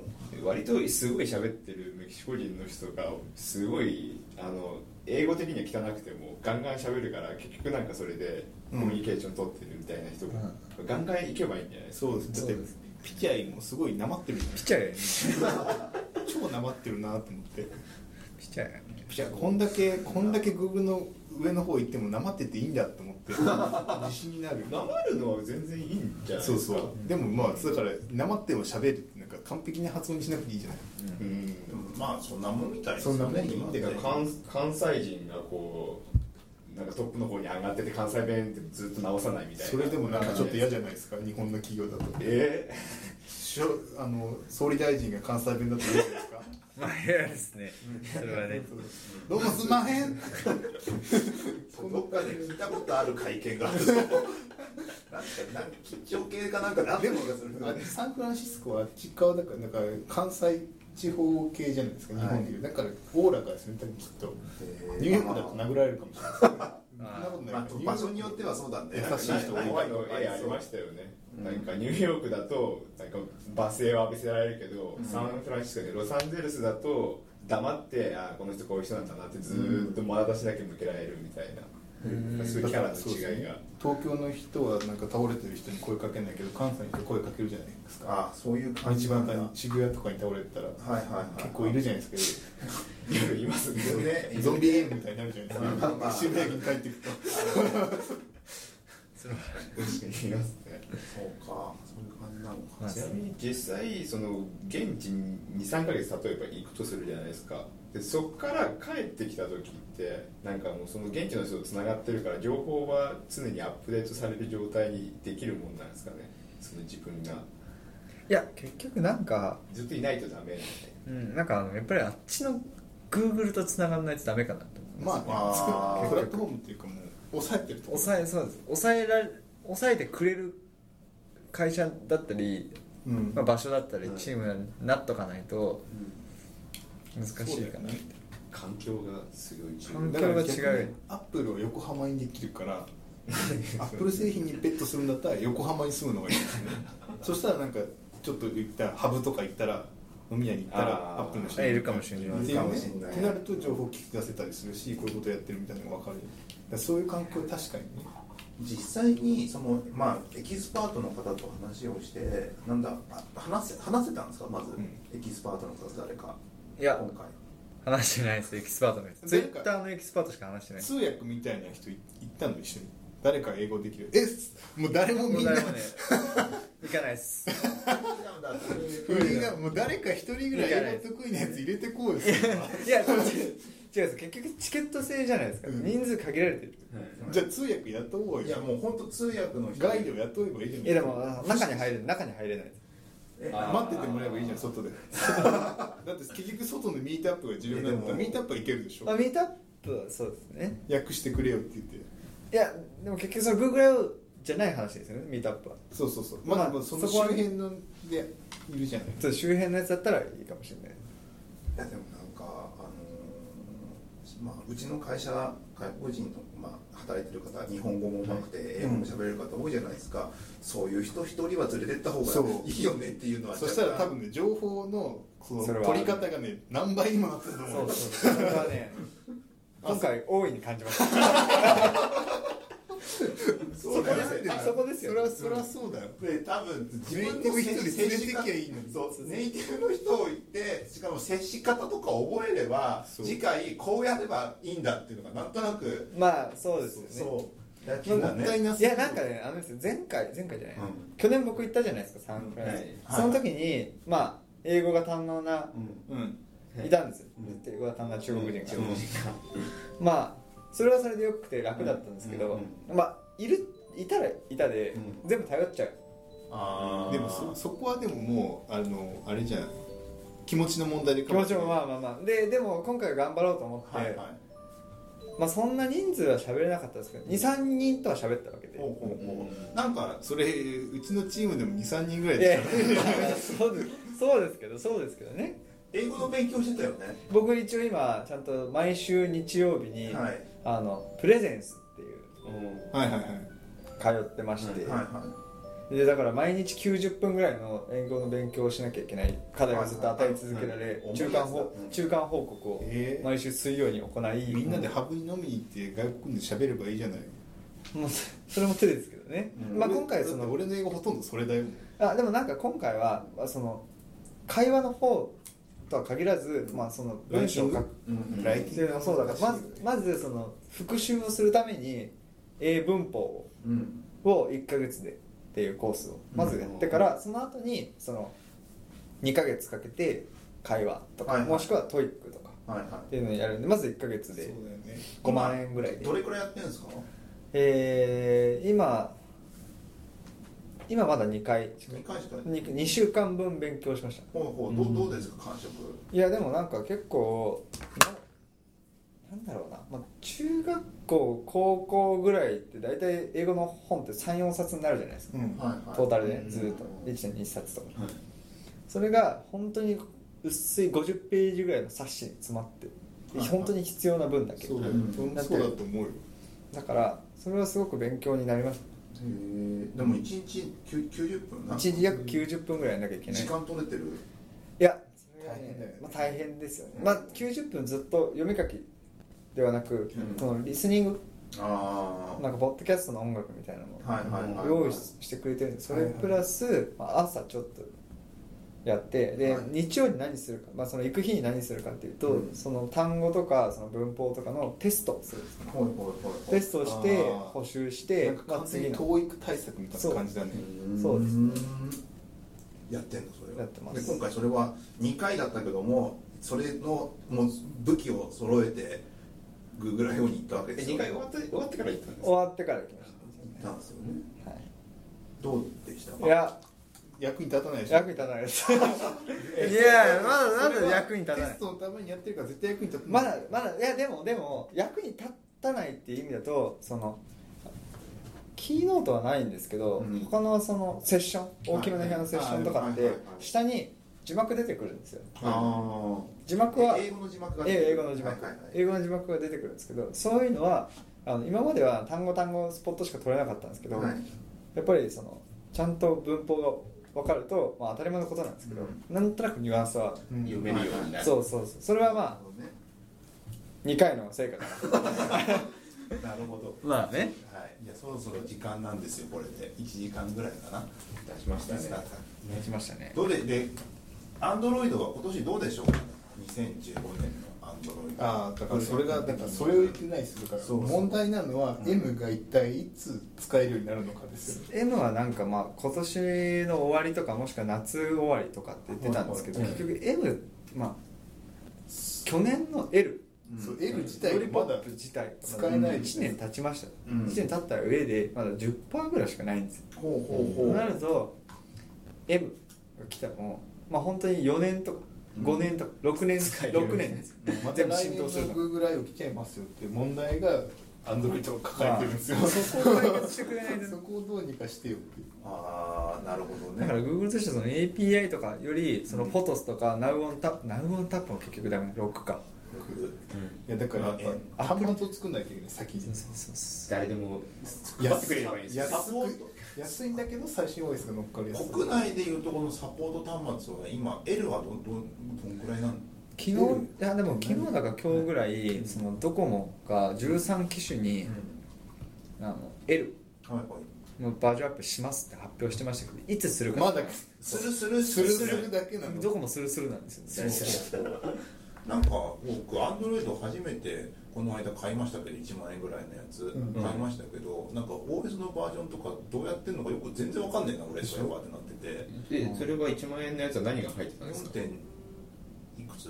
Speaker 4: 割とすごい喋ってるメキシコ人の人がすごいあの英語的には汚くてもガンガン喋るから結局なんかそれでコミュニケーション取ってるみたいな人が、ガンガン行けばいいんじゃないですか
Speaker 3: そうですだっ
Speaker 2: そう
Speaker 3: て
Speaker 2: です
Speaker 3: ピチャイもすごいなまってるじゃ
Speaker 2: ピッチャーやね
Speaker 3: ない超なまってるなと思って
Speaker 2: ピッチャーやね
Speaker 3: ピチャイこんだけこんだけグーグルの上の方行ってもなまってていいんだと思って自信になる
Speaker 4: なまるのは全然いいんじゃない
Speaker 3: そ
Speaker 4: で
Speaker 3: う
Speaker 4: す
Speaker 3: そ
Speaker 4: か
Speaker 3: うでもまあだからなまっても喋るなんか完璧な発音にしなくていいじゃない
Speaker 4: うん
Speaker 1: でもまあそんなもんみたいです
Speaker 3: そんなもん
Speaker 1: 今って
Speaker 4: てか
Speaker 1: ね
Speaker 4: 関関西人がこうなんかトップの方に上がってて関西弁ってずっと直さないみたいな
Speaker 3: それでもなんかちょっと嫌じゃないですか日本の企業だと
Speaker 4: え
Speaker 3: しょあの総理大臣が関西弁だと言うじゃないです か
Speaker 2: まあ嫌ですねそれはね
Speaker 3: どうもすんまへん
Speaker 1: どっかで聞いたことある会見があるぞなんかなんか緊張系かなんかであった
Speaker 3: で
Speaker 1: 気
Speaker 3: も
Speaker 1: がする
Speaker 3: あれサンフランシスコはあっち側だからなんか関西地方系じゃないですか日本でいう、だからおおらかですね多分きっとニューヨークだと
Speaker 1: な
Speaker 3: 殴られるかもしれ ないそんなことない
Speaker 1: まあ、場所によってはそうだね
Speaker 3: 優しい人多
Speaker 4: ー、
Speaker 3: い
Speaker 4: 怖いの絵ありましたよね、なんかニューヨークだとなんか罵声を浴びせられるけど、サンフランシスコでロサンゼルスだと黙ってあこの人こういう人なんだなってずーっと眼差しだけ向けられるみたいな、そういうキャラの違いが
Speaker 3: 東京の人はなんか倒れてる人に声かけないけど関西の人声かけるじゃないですか
Speaker 1: あそういう感
Speaker 3: 一
Speaker 1: じな
Speaker 3: 番
Speaker 1: んだ
Speaker 3: 渋谷とかに倒れてたら
Speaker 1: はいはいはい
Speaker 3: 結構いるじゃないですか
Speaker 4: 夜いますね
Speaker 1: よね
Speaker 3: ゾンビゲームみたいになるじゃないです
Speaker 1: まあ
Speaker 3: か渋谷駅に帰っていくと
Speaker 4: 確かにいますね
Speaker 1: そうかそういう感じなのか
Speaker 2: まあ
Speaker 4: ちなみに実際その現地に23ヶ月例えば行くとするじゃないですかでそこから帰ってきた時ってなんかもうその現地の人とつながってるから情報は常にアップデートされる状態にできるもんなんですかねその自分 が
Speaker 2: いや結局なんか
Speaker 4: ずっといないとダメみたい
Speaker 2: うんなんかあのやっぱりあっちの Google と繋がんないとダメかなと思う
Speaker 3: まあ
Speaker 1: あー
Speaker 3: ね作るプラットフォームっていうかもう抑えてるとこ
Speaker 2: 抑えそうです抑えられ抑えてくれる会社だったり、
Speaker 3: うん
Speaker 2: まあ、場所だったり
Speaker 4: はい
Speaker 2: チームになっとかないと難しいかなって、
Speaker 4: な環境がすごい重
Speaker 2: 環
Speaker 4: 要
Speaker 2: 境が違う
Speaker 3: にアップルは横浜にできるか らアップル製品にベットするんだったら横浜に住むのがいいです ねそしたらなんかちょっと行ったらハブとか行ったら飲み屋に行ったら
Speaker 4: あー
Speaker 3: アップルの人
Speaker 2: いるかもしれない
Speaker 3: っていう
Speaker 1: いるかも
Speaker 3: ね
Speaker 1: しれない
Speaker 3: ってなると情報聞き出せたりするしこういうことやってるみたいなのが分かるだからそういう環境確かにね
Speaker 1: 実際にその、まあ、エキスパートの方と話をしてなんだあ話せ話せたんですかまず、
Speaker 3: うん
Speaker 1: エキスパートの方誰か
Speaker 2: いや
Speaker 1: 今回
Speaker 2: 話してないですエキスパートのやつツイ
Speaker 3: なんか
Speaker 2: ッターのエキスパートしか話してない
Speaker 3: 通訳みたいな人い行ったの一緒に誰か英語できるえっもう誰も
Speaker 2: も
Speaker 3: み
Speaker 2: うん
Speaker 3: な
Speaker 2: 誰もね行かないっす
Speaker 3: 振りがもう誰か一人ぐらい英語得意なやつ入れてこうよそれはい
Speaker 2: や違う違う結局チケット制じゃないですか、
Speaker 3: うん
Speaker 2: 人数限られてる
Speaker 3: じゃあ通訳雇おうよ
Speaker 1: いやもう本当通訳の人
Speaker 3: ガイド雇えばいいじゃん
Speaker 2: いやでもあの中に入れ中に入れない
Speaker 1: え
Speaker 4: あ
Speaker 3: 待っててもらえばいいじゃん 外でだって結局外のミートアップが重要なんだったらミートアップはいけるでし
Speaker 2: まあ
Speaker 3: ょ
Speaker 2: ミートアップはそうですね
Speaker 3: 訳してくれよって言って
Speaker 2: いやでも結局その Google じゃない話ですよねミートアップは
Speaker 3: そうそうそうまあ、
Speaker 2: まあ
Speaker 3: その
Speaker 2: そ
Speaker 3: 周
Speaker 2: こは
Speaker 3: 辺のでいるじゃない
Speaker 2: ちょっと周辺のやつだったらいいかもしれない
Speaker 1: いやでもなんか、あのーまあ、うちの会社外国人の、まあ、働いてる方日本語もうまくて、英語も喋れる方多いじゃないですか、そういう人一人は連れてった方
Speaker 3: そう
Speaker 1: がいいよねっていうのは
Speaker 3: そしたら
Speaker 1: 若
Speaker 3: 多
Speaker 1: 干
Speaker 3: 分ね情報のその
Speaker 2: それは
Speaker 3: 取り方がね何倍にもなってると
Speaker 2: そ
Speaker 3: 思う
Speaker 2: うそうそれはね 今回大いに感じました
Speaker 1: そう
Speaker 3: だよ
Speaker 1: なんですよ
Speaker 2: あそこですよ
Speaker 3: それはそれはそうだよ
Speaker 1: で多分自分
Speaker 3: ネイティ
Speaker 1: の
Speaker 3: ブ一人連れてきゃ
Speaker 1: 接
Speaker 3: いいのに
Speaker 1: そうネイティブの人を行ってしかも接し方とか覚えれば
Speaker 3: そう
Speaker 1: 次回こうやればいいんだっていうのがなんとなく
Speaker 2: まあそうですよね
Speaker 1: そうやって
Speaker 3: も
Speaker 1: んだ
Speaker 3: ったい
Speaker 1: ね
Speaker 3: なす
Speaker 2: いやなんかねあのですよ前回前回じゃない、
Speaker 1: うん
Speaker 2: 去年僕行ったじゃないですかサンフランシスコ、その時に、まあ英語が堪能な、
Speaker 1: うん
Speaker 3: うん
Speaker 2: いたんですよ、
Speaker 1: うん
Speaker 2: 英語が堪能な中国人が、
Speaker 1: うん
Speaker 2: まあそれはそれでよくて楽だったんですけど、
Speaker 1: うん
Speaker 2: まあいるいたらいたで、
Speaker 1: う
Speaker 2: 全部頼っちゃう
Speaker 1: あー
Speaker 3: でもそそこはでももうあのあれじゃん気持ちの問題で
Speaker 2: 気持ちもま
Speaker 3: あ
Speaker 2: あまあまあででも今回は頑張ろうと思って、
Speaker 1: はいはい
Speaker 2: まあ、そんな人数は喋れなかったんですけど23人とは喋ったわけで
Speaker 1: ほうほうほうなんか
Speaker 3: それうちのチームでも23人ぐらい
Speaker 2: いや
Speaker 3: で
Speaker 2: いやそうです そうですけどそうですけどね
Speaker 1: 英語の勉強してたよね
Speaker 2: 僕一応今ちゃんと毎週日曜日に、
Speaker 1: はい
Speaker 2: あのプレゼンスっていう
Speaker 3: はいはいはい
Speaker 2: 通ってまして、
Speaker 1: はいはい
Speaker 2: でだから毎日90分ぐらいの英語の勉強をしなきゃいけない課題をずっと与え続けら
Speaker 1: はいはい
Speaker 2: れ
Speaker 1: はい
Speaker 2: 中間
Speaker 1: 重
Speaker 2: 報
Speaker 1: いやつだうん
Speaker 2: 中間報告を
Speaker 3: えー
Speaker 2: 毎週水曜に行い
Speaker 3: みんなでハブに飲みに行って外国で喋ればいいじゃない
Speaker 2: もうそそれも手ですけどね、
Speaker 1: うん
Speaker 2: まあ、今回
Speaker 3: だ
Speaker 2: そ
Speaker 3: って
Speaker 2: の
Speaker 3: 俺の英語ほとんどそれだよ
Speaker 2: あでもなんか今回はまあその会話の方とは限らず、まあ、その文章を書く
Speaker 1: うん
Speaker 3: ライ
Speaker 2: っていうのもそうだからまずまずその復習をするために英文法を
Speaker 1: うん
Speaker 2: を1ヶ月でっていうコースをまずやってから、その後にその2ヶ月かけて会話とか、
Speaker 1: はいはい
Speaker 2: もしくはトイックとか
Speaker 1: はいは
Speaker 2: っていうのをやるんでまず1ヶ月
Speaker 3: そうだよ
Speaker 2: で
Speaker 3: ね
Speaker 2: 5万円ぐらい
Speaker 1: い
Speaker 2: で
Speaker 1: どれくらいやってるんですか
Speaker 2: えー、今今まだ2回
Speaker 1: 二回しか
Speaker 2: 2, 2週間分勉強しました
Speaker 1: ほうほうどうどうですか感触
Speaker 2: いやでもなんか結構ななんだろうな、まあ、中学校高校ぐらいって大体英語の本って34冊になるじゃないですか、
Speaker 3: うん
Speaker 1: はいはい
Speaker 2: トータル
Speaker 1: う
Speaker 2: で
Speaker 1: ん
Speaker 2: ずっと1.2冊とか
Speaker 1: はい
Speaker 2: それが本当に薄い50ページぐらいの冊子に詰まって
Speaker 1: はいはい
Speaker 2: 本当に必要な分だけ
Speaker 3: そうだよ
Speaker 1: うん
Speaker 3: 俺もそうだと思うよ
Speaker 2: だからそれはすごく勉強になりまし
Speaker 1: へーでも一日九九十分
Speaker 2: た
Speaker 1: な
Speaker 2: 1日約90分ぐらいやんなきゃいけない
Speaker 1: 時間取れてる
Speaker 2: いやそれ
Speaker 3: 大変だよね
Speaker 2: まあ、大変ですよね、まあ、90分ずっと読み書きではなく、
Speaker 1: うん
Speaker 2: このリスニング
Speaker 1: あ
Speaker 2: なんかポッドキャストの音楽みたいなの
Speaker 1: あはいはいはい
Speaker 2: を用意ししてくれてるんでそれプラス、まあ、朝ちょっとやってで、
Speaker 1: はい
Speaker 2: 日曜に何するか、まあ、その行く日に何するかっていうと、その単語とかその文法とかのテストをするんですね
Speaker 1: ほいほいほいほい
Speaker 2: テストをして
Speaker 3: あー
Speaker 2: 補習して
Speaker 3: なんか
Speaker 2: まあ、
Speaker 3: 完全
Speaker 2: 次
Speaker 3: に
Speaker 2: の
Speaker 3: 教育対策みたいな感じだね
Speaker 2: そうですね
Speaker 1: うーんやってんのそれは
Speaker 2: やってます
Speaker 1: で今回それは2回だったけどもそれのもう武器を揃えてグーグル i o に行ったわけ
Speaker 4: え
Speaker 1: です
Speaker 4: 2
Speaker 1: よ
Speaker 4: 回終わって終わってから行ったんです
Speaker 2: 終わってから行きま
Speaker 1: 行
Speaker 2: し
Speaker 1: ったんですよね
Speaker 2: た、は
Speaker 1: どうでしたか
Speaker 2: い、いや
Speaker 3: 役に立たないでしょ
Speaker 2: 役に立たないですいやまだまだ役に立たな
Speaker 3: テ
Speaker 2: い
Speaker 3: ストのためにやってるから絶対役に立たな
Speaker 2: ま
Speaker 3: い
Speaker 2: だまだいやでもでも役に立たないっていう意味だとそのキーノートはないんですけど、
Speaker 1: うん
Speaker 2: 他のそのセッション
Speaker 1: い
Speaker 2: 大きめの部屋のセッションとかっ
Speaker 1: はい
Speaker 2: て
Speaker 1: はいはい
Speaker 2: 下に字幕出てくるんですよ
Speaker 1: あ
Speaker 2: 字
Speaker 1: あ
Speaker 2: 幕は
Speaker 1: 英語の字幕が出てくる
Speaker 2: え英語の字幕、
Speaker 1: はいはいはい
Speaker 2: 英語の字幕が出てくるんですけどそういうのはあの今までは単語単語スポットしか取れなかったんですけど、
Speaker 1: はい
Speaker 2: やっぱりそのちゃんと文法が分かると、まあ、当たり前のことなんですけど、なんとなくニュアンスは、
Speaker 3: うん
Speaker 4: 読めるようになる
Speaker 2: そうそうそうそれはまあ2回の成果だ
Speaker 1: なるほど
Speaker 2: まあね
Speaker 1: はいじゃあそろそろ時間なんですよこれで1時間ぐらいかな
Speaker 4: 出しましたね
Speaker 1: ですか
Speaker 2: できましたね
Speaker 1: どうででアンドロイドは今年どうでしょうか2015年のアンドロイド
Speaker 3: ああだからそれがだからそれを言ってないするから
Speaker 1: そうそう
Speaker 3: 問題なのは M が一体いつ使えるようになるのかですよ
Speaker 2: M はなんかまあ今年の終わりとかもしくは夏終わりとかって言ってたんですけど
Speaker 3: はいはい
Speaker 2: 結局 M まあ去年の L
Speaker 3: そうう L 自
Speaker 2: ド
Speaker 3: 体
Speaker 2: リ
Speaker 3: が
Speaker 2: ポ
Speaker 3: ま
Speaker 2: ッ
Speaker 3: だ
Speaker 2: プ自体
Speaker 3: 使えない
Speaker 2: 1年経ちました
Speaker 1: うん
Speaker 2: 1年経った上でまだ10%ぐらいしかないんですよ
Speaker 1: ほうほうほ
Speaker 2: と
Speaker 1: う
Speaker 2: なると M が来たのもまあ本当に4年とか5年とか6年
Speaker 4: 使える
Speaker 2: 6年です
Speaker 3: また
Speaker 2: 全部
Speaker 3: 来
Speaker 2: 浸
Speaker 3: 年
Speaker 2: 透
Speaker 3: の
Speaker 2: するの
Speaker 3: Google I を来ちゃいますよっていう問題が Android を抱えてるんですよ
Speaker 2: まあそこを解決してくれないと
Speaker 3: そこをどうにかしてよっていう
Speaker 1: ああなるほど
Speaker 2: だから
Speaker 1: ね
Speaker 2: Google としてはその API とかよりその Photos とか NowOnTap NowOnTap も結局ダメロックか
Speaker 3: いやだからやっぱ
Speaker 2: あえ
Speaker 3: 端末を作んなきゃいけない先に
Speaker 4: 誰でも
Speaker 3: 安
Speaker 4: 配ってくれればいいんですよ
Speaker 3: 安
Speaker 1: サポート
Speaker 3: く安いんだけど最新 OS が乗っかるやつ
Speaker 1: 国内でいうとこのサポート端末は今 L はどどどんくらいなの
Speaker 2: 昨日いやでも昨日だから今日ぐらいそのドコモが13機種にあの L
Speaker 1: はいはい
Speaker 2: のバージョンアップしますって発表してましたけどいつするか
Speaker 3: まだ
Speaker 1: するする
Speaker 3: スルスルだけな
Speaker 2: ド
Speaker 3: の
Speaker 2: コモスルスルなんですよね
Speaker 1: なんか僕アンドロイド初めてこの間買いましたけど1万円ぐらいのやつ、
Speaker 3: うん
Speaker 1: 買いましたけどなんか OS のバージョンとかどうやってんのかよく全然わかんねえな俺それはってなってて
Speaker 4: でそれは1万円のやつは何が入ってたんです
Speaker 1: 4
Speaker 4: か
Speaker 1: 点いくつ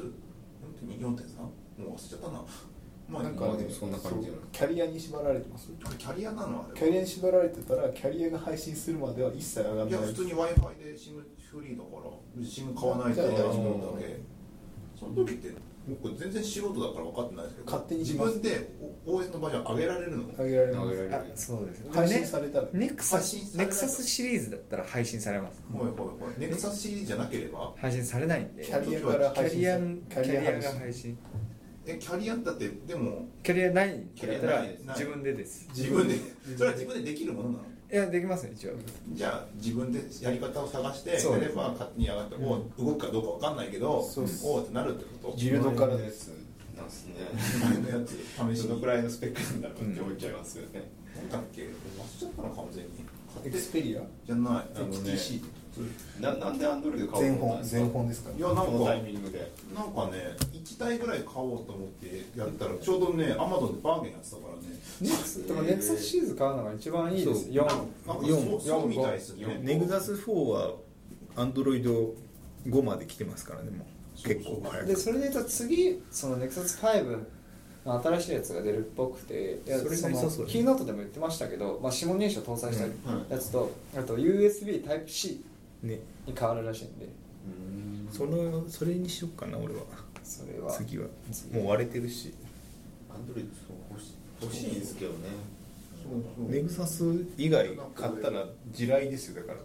Speaker 1: ?4.2、4.3? もう忘れちゃったな。まあ、
Speaker 3: なん
Speaker 4: ま
Speaker 3: か
Speaker 4: あで
Speaker 3: ね
Speaker 4: もそんな感じだな
Speaker 3: キャリアに縛られてます
Speaker 1: キャリアなのあ
Speaker 3: キ
Speaker 1: れ
Speaker 3: ャリアに縛られてたらキャリアが配信するまでは一切上がら
Speaker 1: は。いや、
Speaker 3: ない
Speaker 1: 普通に Wi-Fi で SIM フリーだから、SIM 買わないと
Speaker 3: じゃあ
Speaker 1: 大丈夫だけ。その時って、僕全然素人だから分かってないですけど、
Speaker 3: 勝手に
Speaker 1: 自
Speaker 3: します
Speaker 1: 分で OS のバージョン上げられるの
Speaker 3: 上げられま
Speaker 4: 投げら
Speaker 3: す
Speaker 4: れる
Speaker 2: あそうです
Speaker 3: 配信されたら
Speaker 2: ネクサ
Speaker 1: 配
Speaker 2: ス
Speaker 1: 信され
Speaker 2: ネ
Speaker 1: ない
Speaker 2: クサスシリーズだったら配信されます
Speaker 1: ほいほいほい。ネクサス CD じゃなければ、
Speaker 2: 配信されないんで
Speaker 3: キ
Speaker 2: キ
Speaker 3: ャリアから配
Speaker 2: ャ
Speaker 3: 信
Speaker 2: リア
Speaker 3: され
Speaker 2: キャリア
Speaker 3: キャ
Speaker 2: が
Speaker 3: リア
Speaker 2: 配信
Speaker 1: え、キャリアだって、でも、
Speaker 2: キャリアないんだった
Speaker 1: キ
Speaker 2: ら
Speaker 1: ャリアない
Speaker 2: 自分でです
Speaker 1: 自分で、それは自分でできるものなの
Speaker 2: いやできますよ一応
Speaker 1: じゃあ自分でやり方を探してや
Speaker 2: そう
Speaker 1: れば勝手に上がって、おう動くかどうかわかんないけど
Speaker 3: そうっす
Speaker 1: おうってなるってこと
Speaker 3: ジルドからです
Speaker 4: すなんですね
Speaker 1: 前のやつ試し
Speaker 4: ど
Speaker 1: に
Speaker 4: のくらいのスペックなんだろうって思っちゃいますよね
Speaker 1: なんだっけ忘れちゃったの完全に
Speaker 3: エ
Speaker 1: 買っ
Speaker 3: ク
Speaker 1: て
Speaker 3: スペリア
Speaker 1: じゃないあのね
Speaker 3: XTC
Speaker 4: ななんでアンドロイド買おうと
Speaker 3: 全本
Speaker 4: 思ったんですか
Speaker 3: 全本ですから
Speaker 1: いやなんか
Speaker 4: このタイミングで
Speaker 1: なんかね1台ぐらい買おうと思ってやったらちょうどねアマゾンでバーゲンやってたからね
Speaker 2: ネクスでもネクサスシリーズ買うのが一番いいです4
Speaker 1: なんか
Speaker 5: 四
Speaker 1: そうそうみたいですね
Speaker 5: ネグザス4はアンドロイド5まで来てますからねもう結構早
Speaker 2: で
Speaker 5: く
Speaker 2: それで言うと次そのネクサス5の新しいやつが出るっぽくていや
Speaker 5: それが良さそう
Speaker 2: のキーノートでも言ってましたけど、まあ、指紋認証搭載したやつと、あと USB Type-C
Speaker 5: ね
Speaker 2: に変わるらしいんで
Speaker 5: そのそれにしようかな俺は
Speaker 2: それは
Speaker 5: 次はもう割れてるし
Speaker 4: アンドロイド欲し欲しいんですけどね
Speaker 1: そうそう
Speaker 5: ネグサス以外買ったら地雷ですよだから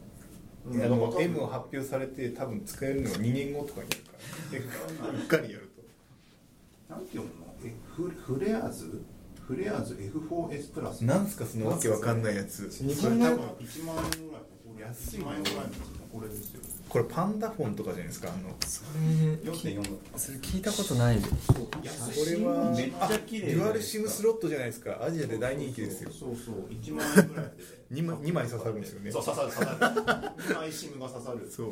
Speaker 1: う
Speaker 5: あ
Speaker 1: んなん
Speaker 5: の
Speaker 1: か
Speaker 5: M を発表されて多分使えるのが2年後とかになるからうっかりやると
Speaker 1: なんて読むのえフフレアーズフレアーズ F4S プラス
Speaker 5: なんすかそのわけわかんないやつ
Speaker 2: 日
Speaker 1: それ
Speaker 2: 本
Speaker 1: 多分
Speaker 2: の
Speaker 1: 1万円ぐらいここ安い万円ぐらいのやつだと思
Speaker 6: これですよ
Speaker 3: これパンダフォンとかじゃないですかあの
Speaker 2: それ
Speaker 1: 4.4度
Speaker 2: それ聞いたことないで
Speaker 1: いや
Speaker 3: これは
Speaker 1: めっちゃ綺麗
Speaker 3: デュアルシムスロットじゃないですかアジアで大人気ですよ
Speaker 1: そうそう1万円ぐらいで
Speaker 3: 2, 枚二枚刺さるんですよね
Speaker 1: そう刺さる刺さる2枚シムが刺さる
Speaker 3: そ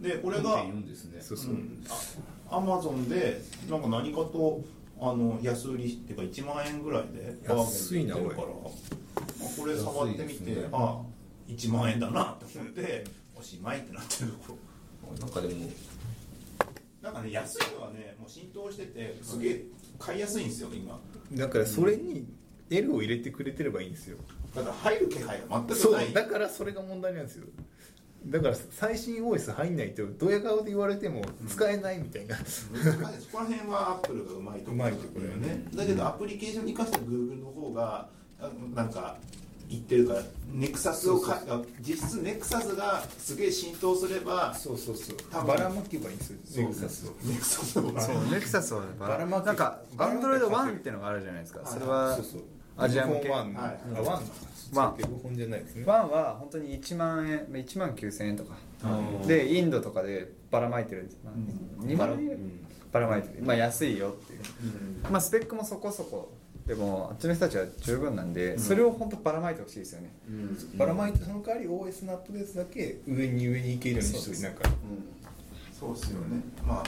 Speaker 3: う
Speaker 1: でこれが
Speaker 4: 4.4ですね
Speaker 3: そうそううん
Speaker 1: アマゾンでなんか何かとあの安売りっていうか1万円ぐらいでバーゲンで売ってるから、まあ、これ触ってみ
Speaker 4: 安い
Speaker 1: て、
Speaker 4: ですね
Speaker 1: あ1万円だなと思っておしまいってなってるところ
Speaker 4: なんかでも
Speaker 1: なんかね安いのはねもう浸透しててすげえ買いやすいんですよ今
Speaker 3: だからそれに L を入れてくれてればいいんですよ
Speaker 1: だから入る気配が全く
Speaker 3: そ
Speaker 1: ないう
Speaker 3: だからそれが問題なんですよだから最新 OS 入んないとドヤ顔で言われても使えないみたいな、
Speaker 1: 難しいそこら辺はアップルがうまいところ
Speaker 3: うまいところよね
Speaker 1: だけどアプリケーションに関しては Google の方があなんか言ってるからネクサスをか実質ネクサスがすげえ浸透すれば
Speaker 3: そうそうそう
Speaker 1: 多分
Speaker 3: ばらまけばいいんですよネクサスを
Speaker 1: ネクサスを
Speaker 2: そうネクサスはバラなんかアンドロイド1っていうのがあるじゃないですかそれは
Speaker 3: そうそう
Speaker 2: アジア向け
Speaker 3: 1ワン、
Speaker 1: はい
Speaker 3: あワン
Speaker 2: ワン
Speaker 3: そうか本じゃないですね
Speaker 2: 1は本当に1万円1万9000円とかでインドとかでばらまいてるんです2万円ばらまいてるまあ安いよっていうまあスペックもそこそこでもあっちの人たちは十分なんでそれを本当ばらまいてほしいですよね
Speaker 3: ばらまいてその代わり OS のアップデートだけ上に上に行けるようにしといてなんか
Speaker 1: そうっすよねまあ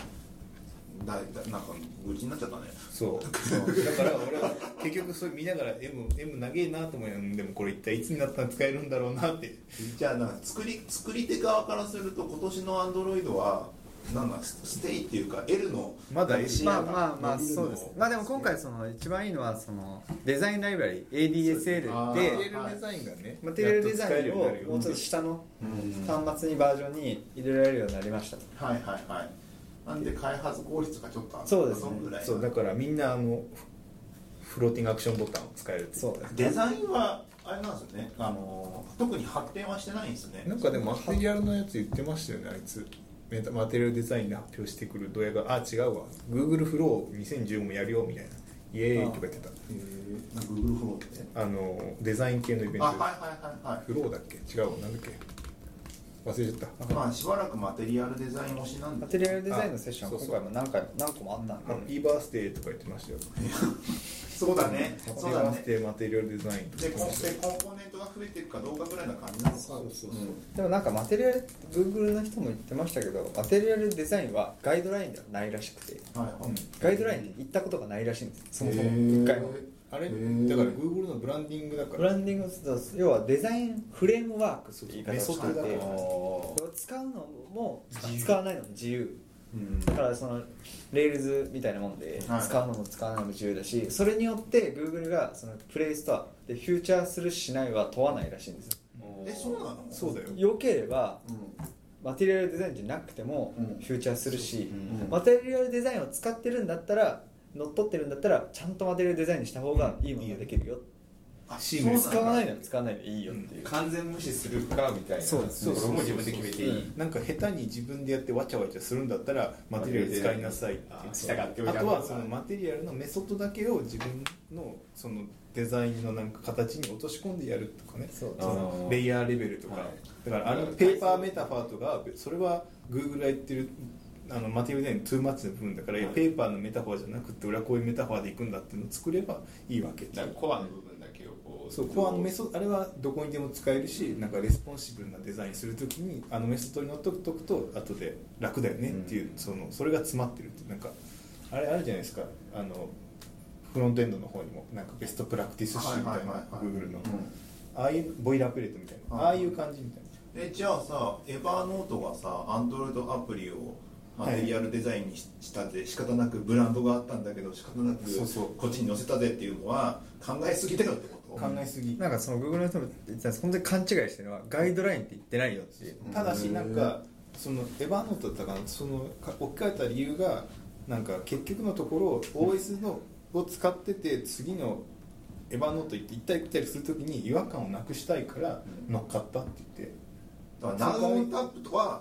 Speaker 1: だだなんか愚痴になっちゃったね
Speaker 3: そうだから俺は結局それ見ながら M, M 長えなと思いながらでもこれ一体いつになったら使えるんだろうなって
Speaker 1: じゃあなんか作り作り手側からすると今年のアンドロイドはなんかスステイっていうか L の
Speaker 3: まだ
Speaker 2: まあまあまあそうです
Speaker 1: ね
Speaker 2: まあでも今回その一番いいのはそのデザインライブラリ ADSL
Speaker 1: で
Speaker 2: で
Speaker 1: はい
Speaker 3: ザインがね
Speaker 2: マテリアルデザインをもうちょっと下の端末にバージョンに入れられるようになりましたと
Speaker 1: はいはいはいなんで開発効率がちょっと上がった
Speaker 2: そうですね
Speaker 1: んぐらい
Speaker 3: そうだからみんなあのフフローティングアクションボタンを使えるって
Speaker 2: そう
Speaker 1: デザインはあれなんですよね、あのー特に発展はしてないんですね
Speaker 3: なんかでもマテリアルのやつ言ってましたよねあいつメタマテリアルデザインで発表してくるドヤがあ違うわ Google フロー2015もやるよみたいなイエーイとか言ってた
Speaker 1: えーなんか Google フローって
Speaker 3: あのデザイン系のイベン
Speaker 1: あ
Speaker 3: ト
Speaker 1: は
Speaker 3: で
Speaker 1: いはいはい
Speaker 3: フローだっけ違うわなんだっけ忘れちゃっ
Speaker 1: はいまあしばらくマテリアルデザイン推しなん
Speaker 2: マ
Speaker 1: で
Speaker 2: テリアルデザインのセッション
Speaker 3: あそうそう
Speaker 2: 今回も何回も何個もあったん
Speaker 3: たハ
Speaker 2: で
Speaker 3: ッピーバースデーとか言ってましたよ
Speaker 1: そうだね
Speaker 3: ハッピ
Speaker 1: そう
Speaker 3: ー
Speaker 1: だ
Speaker 3: バー
Speaker 1: ね
Speaker 3: スデーマテリアルデザイン
Speaker 1: でコンでコンポーネントが増えていくかどうかぐらいな感じなのか
Speaker 3: そうそうそう
Speaker 2: でもなんかマテリアル Google の人も言ってましたけどマテリアルデザインはガイドラインではないらしくて
Speaker 1: うんはいはい、
Speaker 2: ガイドラインで行ったことがないらしいんですそもそ
Speaker 1: へ
Speaker 2: も
Speaker 1: ー
Speaker 2: 一回も
Speaker 3: あれ
Speaker 1: へ
Speaker 3: だ
Speaker 1: ー
Speaker 3: から Google のブランディングだか
Speaker 2: ブ
Speaker 3: ら
Speaker 2: ランディングの要はデザインフレームワークっていう言い方をしてい
Speaker 3: メソッドだ
Speaker 2: て
Speaker 3: から
Speaker 2: これを使うのも使わないのも自由
Speaker 1: うん
Speaker 2: だからそのレールズみたいなもんで
Speaker 1: はい
Speaker 2: 使うのも使わないのも自由だしそれによって Google がそのプレイストアでフューチャーするしないは問わないらしいんですよ
Speaker 1: えそうなの
Speaker 3: そうだよ
Speaker 2: 良ければ
Speaker 1: うん
Speaker 2: マテリアルデザインじゃなくても
Speaker 1: うん
Speaker 2: フューチャーするし、
Speaker 1: うん
Speaker 2: マテリアルデザインを使ってるんだったら乗っ取ってるんだったらちゃんとマテリアルデザインにした方がいいものができるよ、
Speaker 1: あ
Speaker 3: シ
Speaker 1: そ
Speaker 3: ー
Speaker 1: う
Speaker 3: ム
Speaker 1: なん
Speaker 3: レス
Speaker 1: だ
Speaker 2: 使わないなら使わないでいいよっていう、
Speaker 4: 完全無視するかみたいな
Speaker 2: そうですそうです
Speaker 4: これも自分で決めていい
Speaker 3: なんか下手に自分でやってわちゃわちゃするんだったらマテリアル使いなさいって
Speaker 4: あ従っておい
Speaker 3: あ
Speaker 4: た
Speaker 3: と
Speaker 4: 方が
Speaker 3: はそのマテリアルのメソッドだけを自分のそのデザインのなんか形に落とし込んでやるとかね
Speaker 2: そう
Speaker 3: そのレイヤーレベルとか、
Speaker 4: はい
Speaker 3: だからあのペーパーメタファーとかそれは Google が言ってるあのマテリアルデザインのトゥーマッチの部分だから、いやペーパーのメタファーじゃなくて俺はこういうメタファーでいくんだっていうのを作ればいいわけって
Speaker 4: だからコアの部分だけをこう
Speaker 3: そうコアのメソあれはどこにでも使えるしなんかレスポンシブルなデザインするときにあのメソッドにのっとくとくと後で楽だよねっていう、そのそれが詰まってるっていうなんかあれあるじゃないですかあのフロントエンドの方にもなんかベストプラクティス集みたいな Google の、ああいうボイラープレートみたいな、
Speaker 1: はい
Speaker 3: ああいう感じみたいな
Speaker 1: えじゃあさエバーノートがさアンドロイドアプリをマテリアルデザインにししたぜ仕方なくブランドがあったんだけど仕方なく
Speaker 3: そうそう
Speaker 1: こっちに載せたぜっていうのは考えすぎだよってこと
Speaker 3: 考えすぎ、
Speaker 2: なんかその Google の人も言ってたんです本当に勘違いしてるのはガイドラインって言ってないよっていう
Speaker 3: ただしなんかそのエヴァノートだったかなそのか置き換えた理由がなんか結局のところ OS のを使ってて次のエヴァノート行って行ったり来たりするときに違和感をなくしたいから乗っかったって言って
Speaker 1: だからナウンタップとは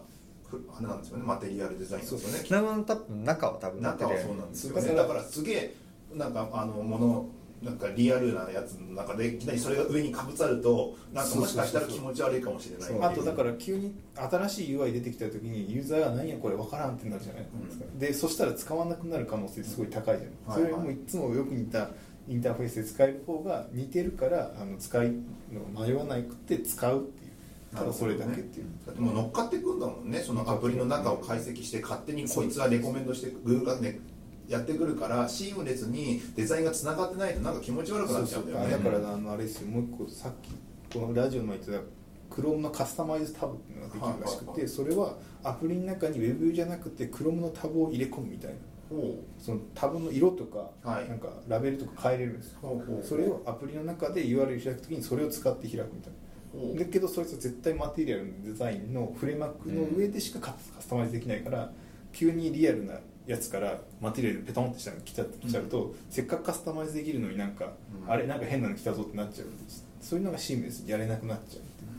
Speaker 1: ふあれなんですよねマテリアルデザインですよね
Speaker 2: ナムのタップの中は多分マテ
Speaker 1: 中
Speaker 2: リア
Speaker 1: は
Speaker 2: ル
Speaker 1: そうなんですよ
Speaker 3: だ
Speaker 1: ね
Speaker 3: から
Speaker 1: だからすげえなんかあのもの
Speaker 7: なんかリアルなやつの中でいきなりそれが上にかぶさるとなんかもしかしたら気持ち悪いかもしれない
Speaker 3: あとだから急に新しい UI 出てきた時にユーザーが何やこれ分からんってなるじゃないですか、でそしたら使わなくなる可能性すごい高いじゃな
Speaker 7: は
Speaker 3: い、
Speaker 7: いはい
Speaker 3: それもいつもよく似たインターフェースで使える方が似てるからあの使いの迷わなくて使うっていうただそれだけっていう、
Speaker 7: だってもう乗っかってくんだもんねそのアプリの中を解析して勝手にこいつはレコメンドしてグーがねやってくるからシームレスにデザインがつながってないとなんか気持ち悪くなっちゃうんだよね
Speaker 3: だからあのあれですよもう一個さっきこのラジオの前言ってた Chrome のカスタマイズタブっていうのができるらしく
Speaker 7: はいはいは
Speaker 3: てそれはアプリの中に Web じゃなくて Chrome のタブを入れ込むみたいな
Speaker 7: ほ
Speaker 3: そのタブの色とか
Speaker 7: はい
Speaker 3: なんかラベルとか変えれるんですよ
Speaker 7: ほうほう
Speaker 3: それをアプリの中で URL 開くときにそれを使って開くみたい
Speaker 7: ほう
Speaker 3: なだけどそいつは絶対マテリアルのデザインのフレマックの上でしかカスカスタマイズできないから急にリアルなやつからマテリアルペトンってしたのが来ちゃ来ちゃうと、せっかくカスタマイズできるのになんか、
Speaker 7: うん
Speaker 3: あれなんか変なの来たぞってなっちゃうんですそういうのがシームレスにやれなくなっちゃうっていう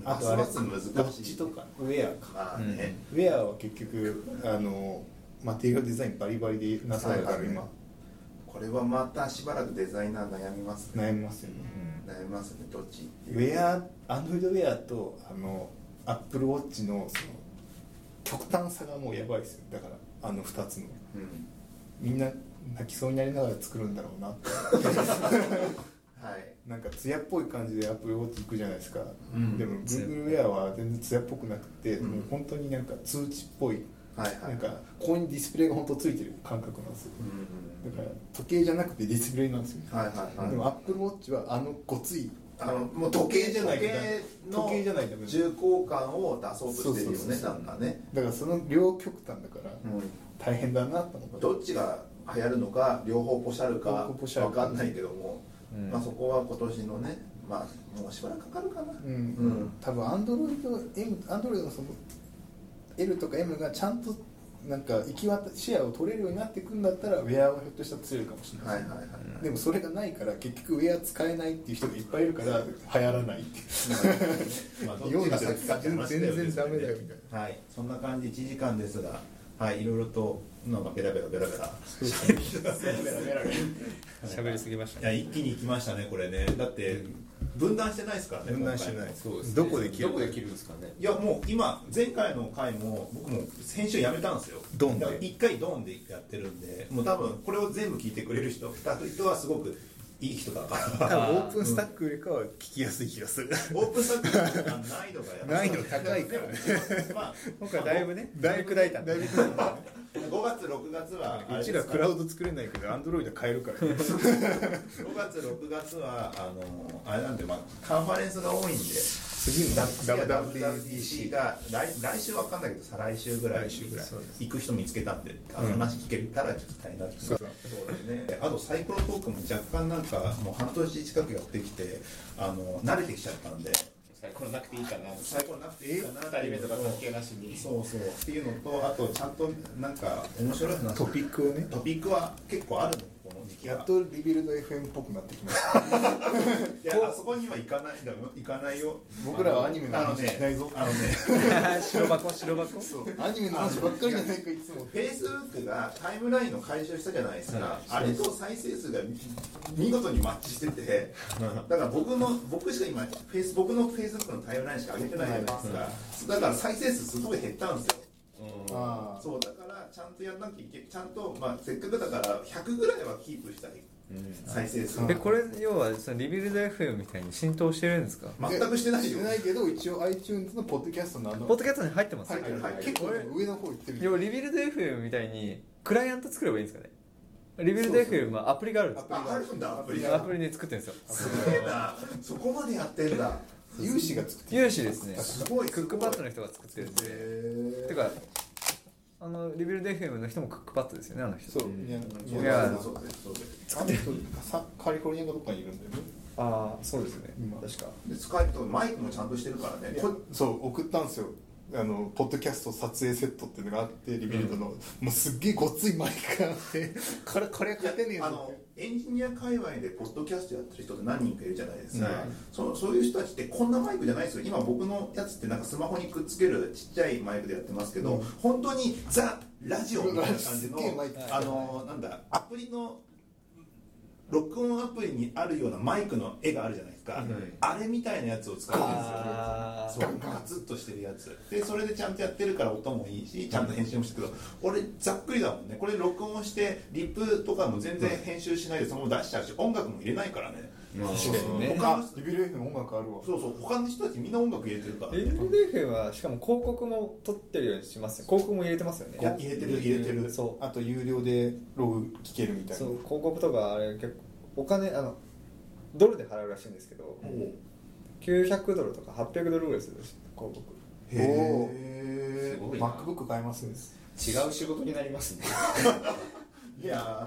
Speaker 7: う
Speaker 3: あとあれ
Speaker 7: ますます難
Speaker 3: ッ
Speaker 7: し
Speaker 3: ジ
Speaker 7: い
Speaker 3: とかウェアか
Speaker 7: まあね、
Speaker 3: ウェアは結局あのマテリアルデザインバリバリでなされるから今
Speaker 7: これはまたしばらくデザイナー悩みますね
Speaker 3: 悩みますよね、
Speaker 7: 悩みますねどっちって
Speaker 3: ウ
Speaker 7: いう
Speaker 3: ェアアンドロイドウェアとあのアップルウォッチのその極端さがもうやばいですよだからあの2つの
Speaker 7: うん
Speaker 3: みんな泣きそうになりながら作るんだろうなって
Speaker 7: はい
Speaker 3: なんか艶っぽい感じでアップルウォッチいくじゃないですか、
Speaker 7: うん
Speaker 3: でも Google ウェアは全然艶っぽくなくて、
Speaker 7: うん
Speaker 3: もう本当になんか通知っぽい
Speaker 7: はいはい
Speaker 3: なんかここにディスプレイが本当ついてる感覚なんですよだから時計じゃなくてディスプレイなんですよ、
Speaker 7: はいはいはい
Speaker 3: でもアップルウォッチはあのごつい
Speaker 7: あのもう時計じゃない
Speaker 3: 時計
Speaker 7: の
Speaker 3: 時計じゃないとダメ
Speaker 7: 重厚感を出そうとしてるよ
Speaker 3: そうそう
Speaker 7: ね
Speaker 3: そ
Speaker 7: なんかね、
Speaker 3: だからその両極端だから大変だなと思った
Speaker 7: どっちが流行るのか両方ポシャる
Speaker 3: 両
Speaker 7: か
Speaker 3: 方ポシャる
Speaker 7: 分かんないけども、まあ、そこは今年のねまあもうしばらくかかるかな、
Speaker 3: うん、
Speaker 7: うん
Speaker 3: 多分アンドロイド M アンドロイドのその L とか M がちゃんとなんか行き渡シェアを取れるようになってくんだったらウェアはひょっとしたら強いかもしれな
Speaker 7: は
Speaker 3: い、
Speaker 7: いはいはい、
Speaker 3: でもそれがないから結局ウェア使えないっていう人がいっぱいいるから流行らないって
Speaker 1: まあどっち
Speaker 3: 世
Speaker 1: が
Speaker 3: の
Speaker 1: 先かって
Speaker 3: 中
Speaker 1: 話
Speaker 3: 全
Speaker 1: だよね
Speaker 3: 然ダメだよみたい
Speaker 1: はい、そんな感じ1時間ですが、はい、いろいろとなんかベラベラベラベラ喋り
Speaker 2: 喋りすぎました
Speaker 1: いや一気に行きましたねこれねだって分断してないですからね
Speaker 3: な分断してな
Speaker 1: 今
Speaker 3: い
Speaker 1: 回
Speaker 3: そうです、どこで切る
Speaker 4: どこで切るんですかね
Speaker 1: いやもう今前回の回も僕も先週やめたんですよ
Speaker 3: ドンで
Speaker 1: だから一回ドンでやってるんでもう多分これを全部聞いてくれる人2人はすごくいい人だから
Speaker 3: 多分オープンスタックよりかは聞きやすい気がする
Speaker 1: オープンサックスの難易度がやば
Speaker 3: 難易度高いからね
Speaker 1: でもまあ
Speaker 2: 今回だいぶねだいぶ砕いたんで
Speaker 3: だいぶ
Speaker 1: 5月6月はあれ
Speaker 3: う
Speaker 1: です
Speaker 3: ち
Speaker 1: から
Speaker 3: クラウド作れないけどアンドロイド買えるから、ね、
Speaker 1: 5月6月はあのあれなんで、まあ、カンファレンスが多いんで
Speaker 3: 次の WWDC
Speaker 1: WWDC が来来週は分かんないけど再来週ぐらい
Speaker 3: 来週ぐらいそうで
Speaker 1: 行く人見つけたってあの話聞けたら聞きたいなって
Speaker 3: そうそう
Speaker 1: だねあとサイコロトークも若干なんかもう半年近くやってきてあの慣れてきちゃったんで
Speaker 4: これなくていいかな
Speaker 1: サイコロなくていいかなって
Speaker 4: 2人
Speaker 1: い
Speaker 4: 目
Speaker 1: うの
Speaker 4: と
Speaker 1: と
Speaker 4: か関係なしに
Speaker 1: そうそうっていうのとあとちゃんとなんか面白い話
Speaker 3: トピックをね
Speaker 1: トピックは結構あるのこの時期
Speaker 3: や
Speaker 1: は
Speaker 3: っとリビルド FM っぽくなってきました
Speaker 1: いやあそこには行かないだろ行かないよ
Speaker 3: 僕らはアニメの
Speaker 1: あの
Speaker 3: 話
Speaker 1: ね
Speaker 3: しないぞ
Speaker 1: あのね
Speaker 2: 白箱白箱
Speaker 3: アニメの話ばっかりじゃないかいつも
Speaker 1: フェイスブックがタイムラインの回収したじゃないですか、あれと再生数が見事にマッチしてて、だから僕の僕しか今フェイス僕のフェイスブックのタイムラインしか上げてないじゃないですか、だから再生数すごい減ったんですよ
Speaker 3: ああ
Speaker 1: そうだからちゃんとやんなきゃいけちゃんと、まあ、せっかくだから100ぐらいはキープしたい、再生数
Speaker 2: えこれ要はそのリビルド FM みたいに浸透してるんですか
Speaker 1: 全くしてない
Speaker 3: し
Speaker 1: よ
Speaker 3: てないけど一応 iTunes のポッドキャストのあの
Speaker 2: ポッドキャストに入ってます
Speaker 3: 入ってる
Speaker 1: はいはい
Speaker 3: 結構上の方行ってる
Speaker 2: 要はリビルド FM みたいにクライアント作ればいいんですかねリビルド FM はアプリがあるんです
Speaker 1: ああるんだアプリ
Speaker 2: アプリで作ってるんですよ
Speaker 1: すげえなそこまでやってんだ
Speaker 3: 有志が作ってる
Speaker 2: 有志ですね
Speaker 1: すごい
Speaker 2: ク
Speaker 1: すご
Speaker 2: ック
Speaker 1: い
Speaker 2: パッドの人が作ってるんで
Speaker 1: へ
Speaker 2: てかあのリビルド FM の人もクックパッドですよねあの人
Speaker 3: そういやい
Speaker 2: い
Speaker 3: や
Speaker 2: や
Speaker 1: そうですそうです
Speaker 3: あの人さカリフォルニアかどっかにいるんだよね
Speaker 2: ああそうですね
Speaker 3: 今
Speaker 2: か
Speaker 1: でスカイプとマイクもちゃんとしてるからね
Speaker 3: こそう送ったんですよあのポッドキャスト撮影セットっていうのがあってリビルドの、もうすっげえごっついマイクがあって これこれ勝てねえぞ
Speaker 1: あ
Speaker 3: って
Speaker 1: のエンジニア界隈でポッドキャストやってる人って何人かいるじゃないですか、そのそういう人たちってこんなマイクじゃないですよ今僕のやつってなんかスマホにくっつけるちっちゃいマイクでやってますけど、本当にザ・ラジオみたいな感じの
Speaker 3: すっげえマイク
Speaker 1: あのなんだアプリの録音アプリにあるようなマイクの絵があるじゃないですか、あれみたいなやつを使ってるん
Speaker 2: あ
Speaker 1: ですよそうガツッとしてるやつでそれでちゃんとやってるから音もいいしちゃんと編集もしてるけど俺ざっくりだもんねこれ録音してリップとかも全然編集しないでそのまま出しちゃうし音楽も入れないからね
Speaker 8: 確かにね
Speaker 1: 他の
Speaker 3: リビル F の音楽あるわ
Speaker 1: そうそう他の人たちみんな音楽入れてるから、ね、
Speaker 2: LDF はしかも広告も撮ってるようにしますよ広告も入れてますよね
Speaker 1: 入れてる入れてる
Speaker 2: そう
Speaker 3: あと有料でログ聞けるみたい
Speaker 2: そ
Speaker 3: な
Speaker 2: う広告とかあれ結構お金あのドルで払うらしいんですけど900ドルとか800ドルぐらいするらしい広告
Speaker 3: へ
Speaker 4: すご
Speaker 3: ー
Speaker 4: いな
Speaker 3: MacBook 買えますね
Speaker 4: 違う仕事になりますね
Speaker 1: いや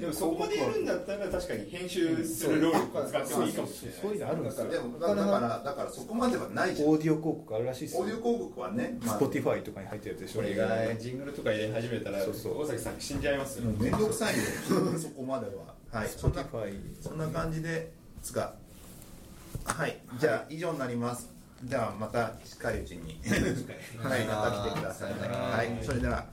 Speaker 4: でもそこまでやるんだったら確かに編集する労力を使ってもいいかもしれない
Speaker 3: そういうのあるんですよ
Speaker 9: でもだからだからだからそこまではないじゃんオ
Speaker 3: オーディオ広告あるらしいです
Speaker 9: ーディオ広告はね、まあ、
Speaker 3: Spotify とかに入ってるやつでしょ
Speaker 4: これがジングルとか入れ始めたら
Speaker 3: そうそう
Speaker 4: 大崎さん死んじゃいますよ
Speaker 9: うん面倒くさいよそこまでははいそんな
Speaker 3: Spotify
Speaker 9: そんな感じですがはいじゃあ以上になりますじゃあまた近いうちにはいまた来てくださいはいそれでは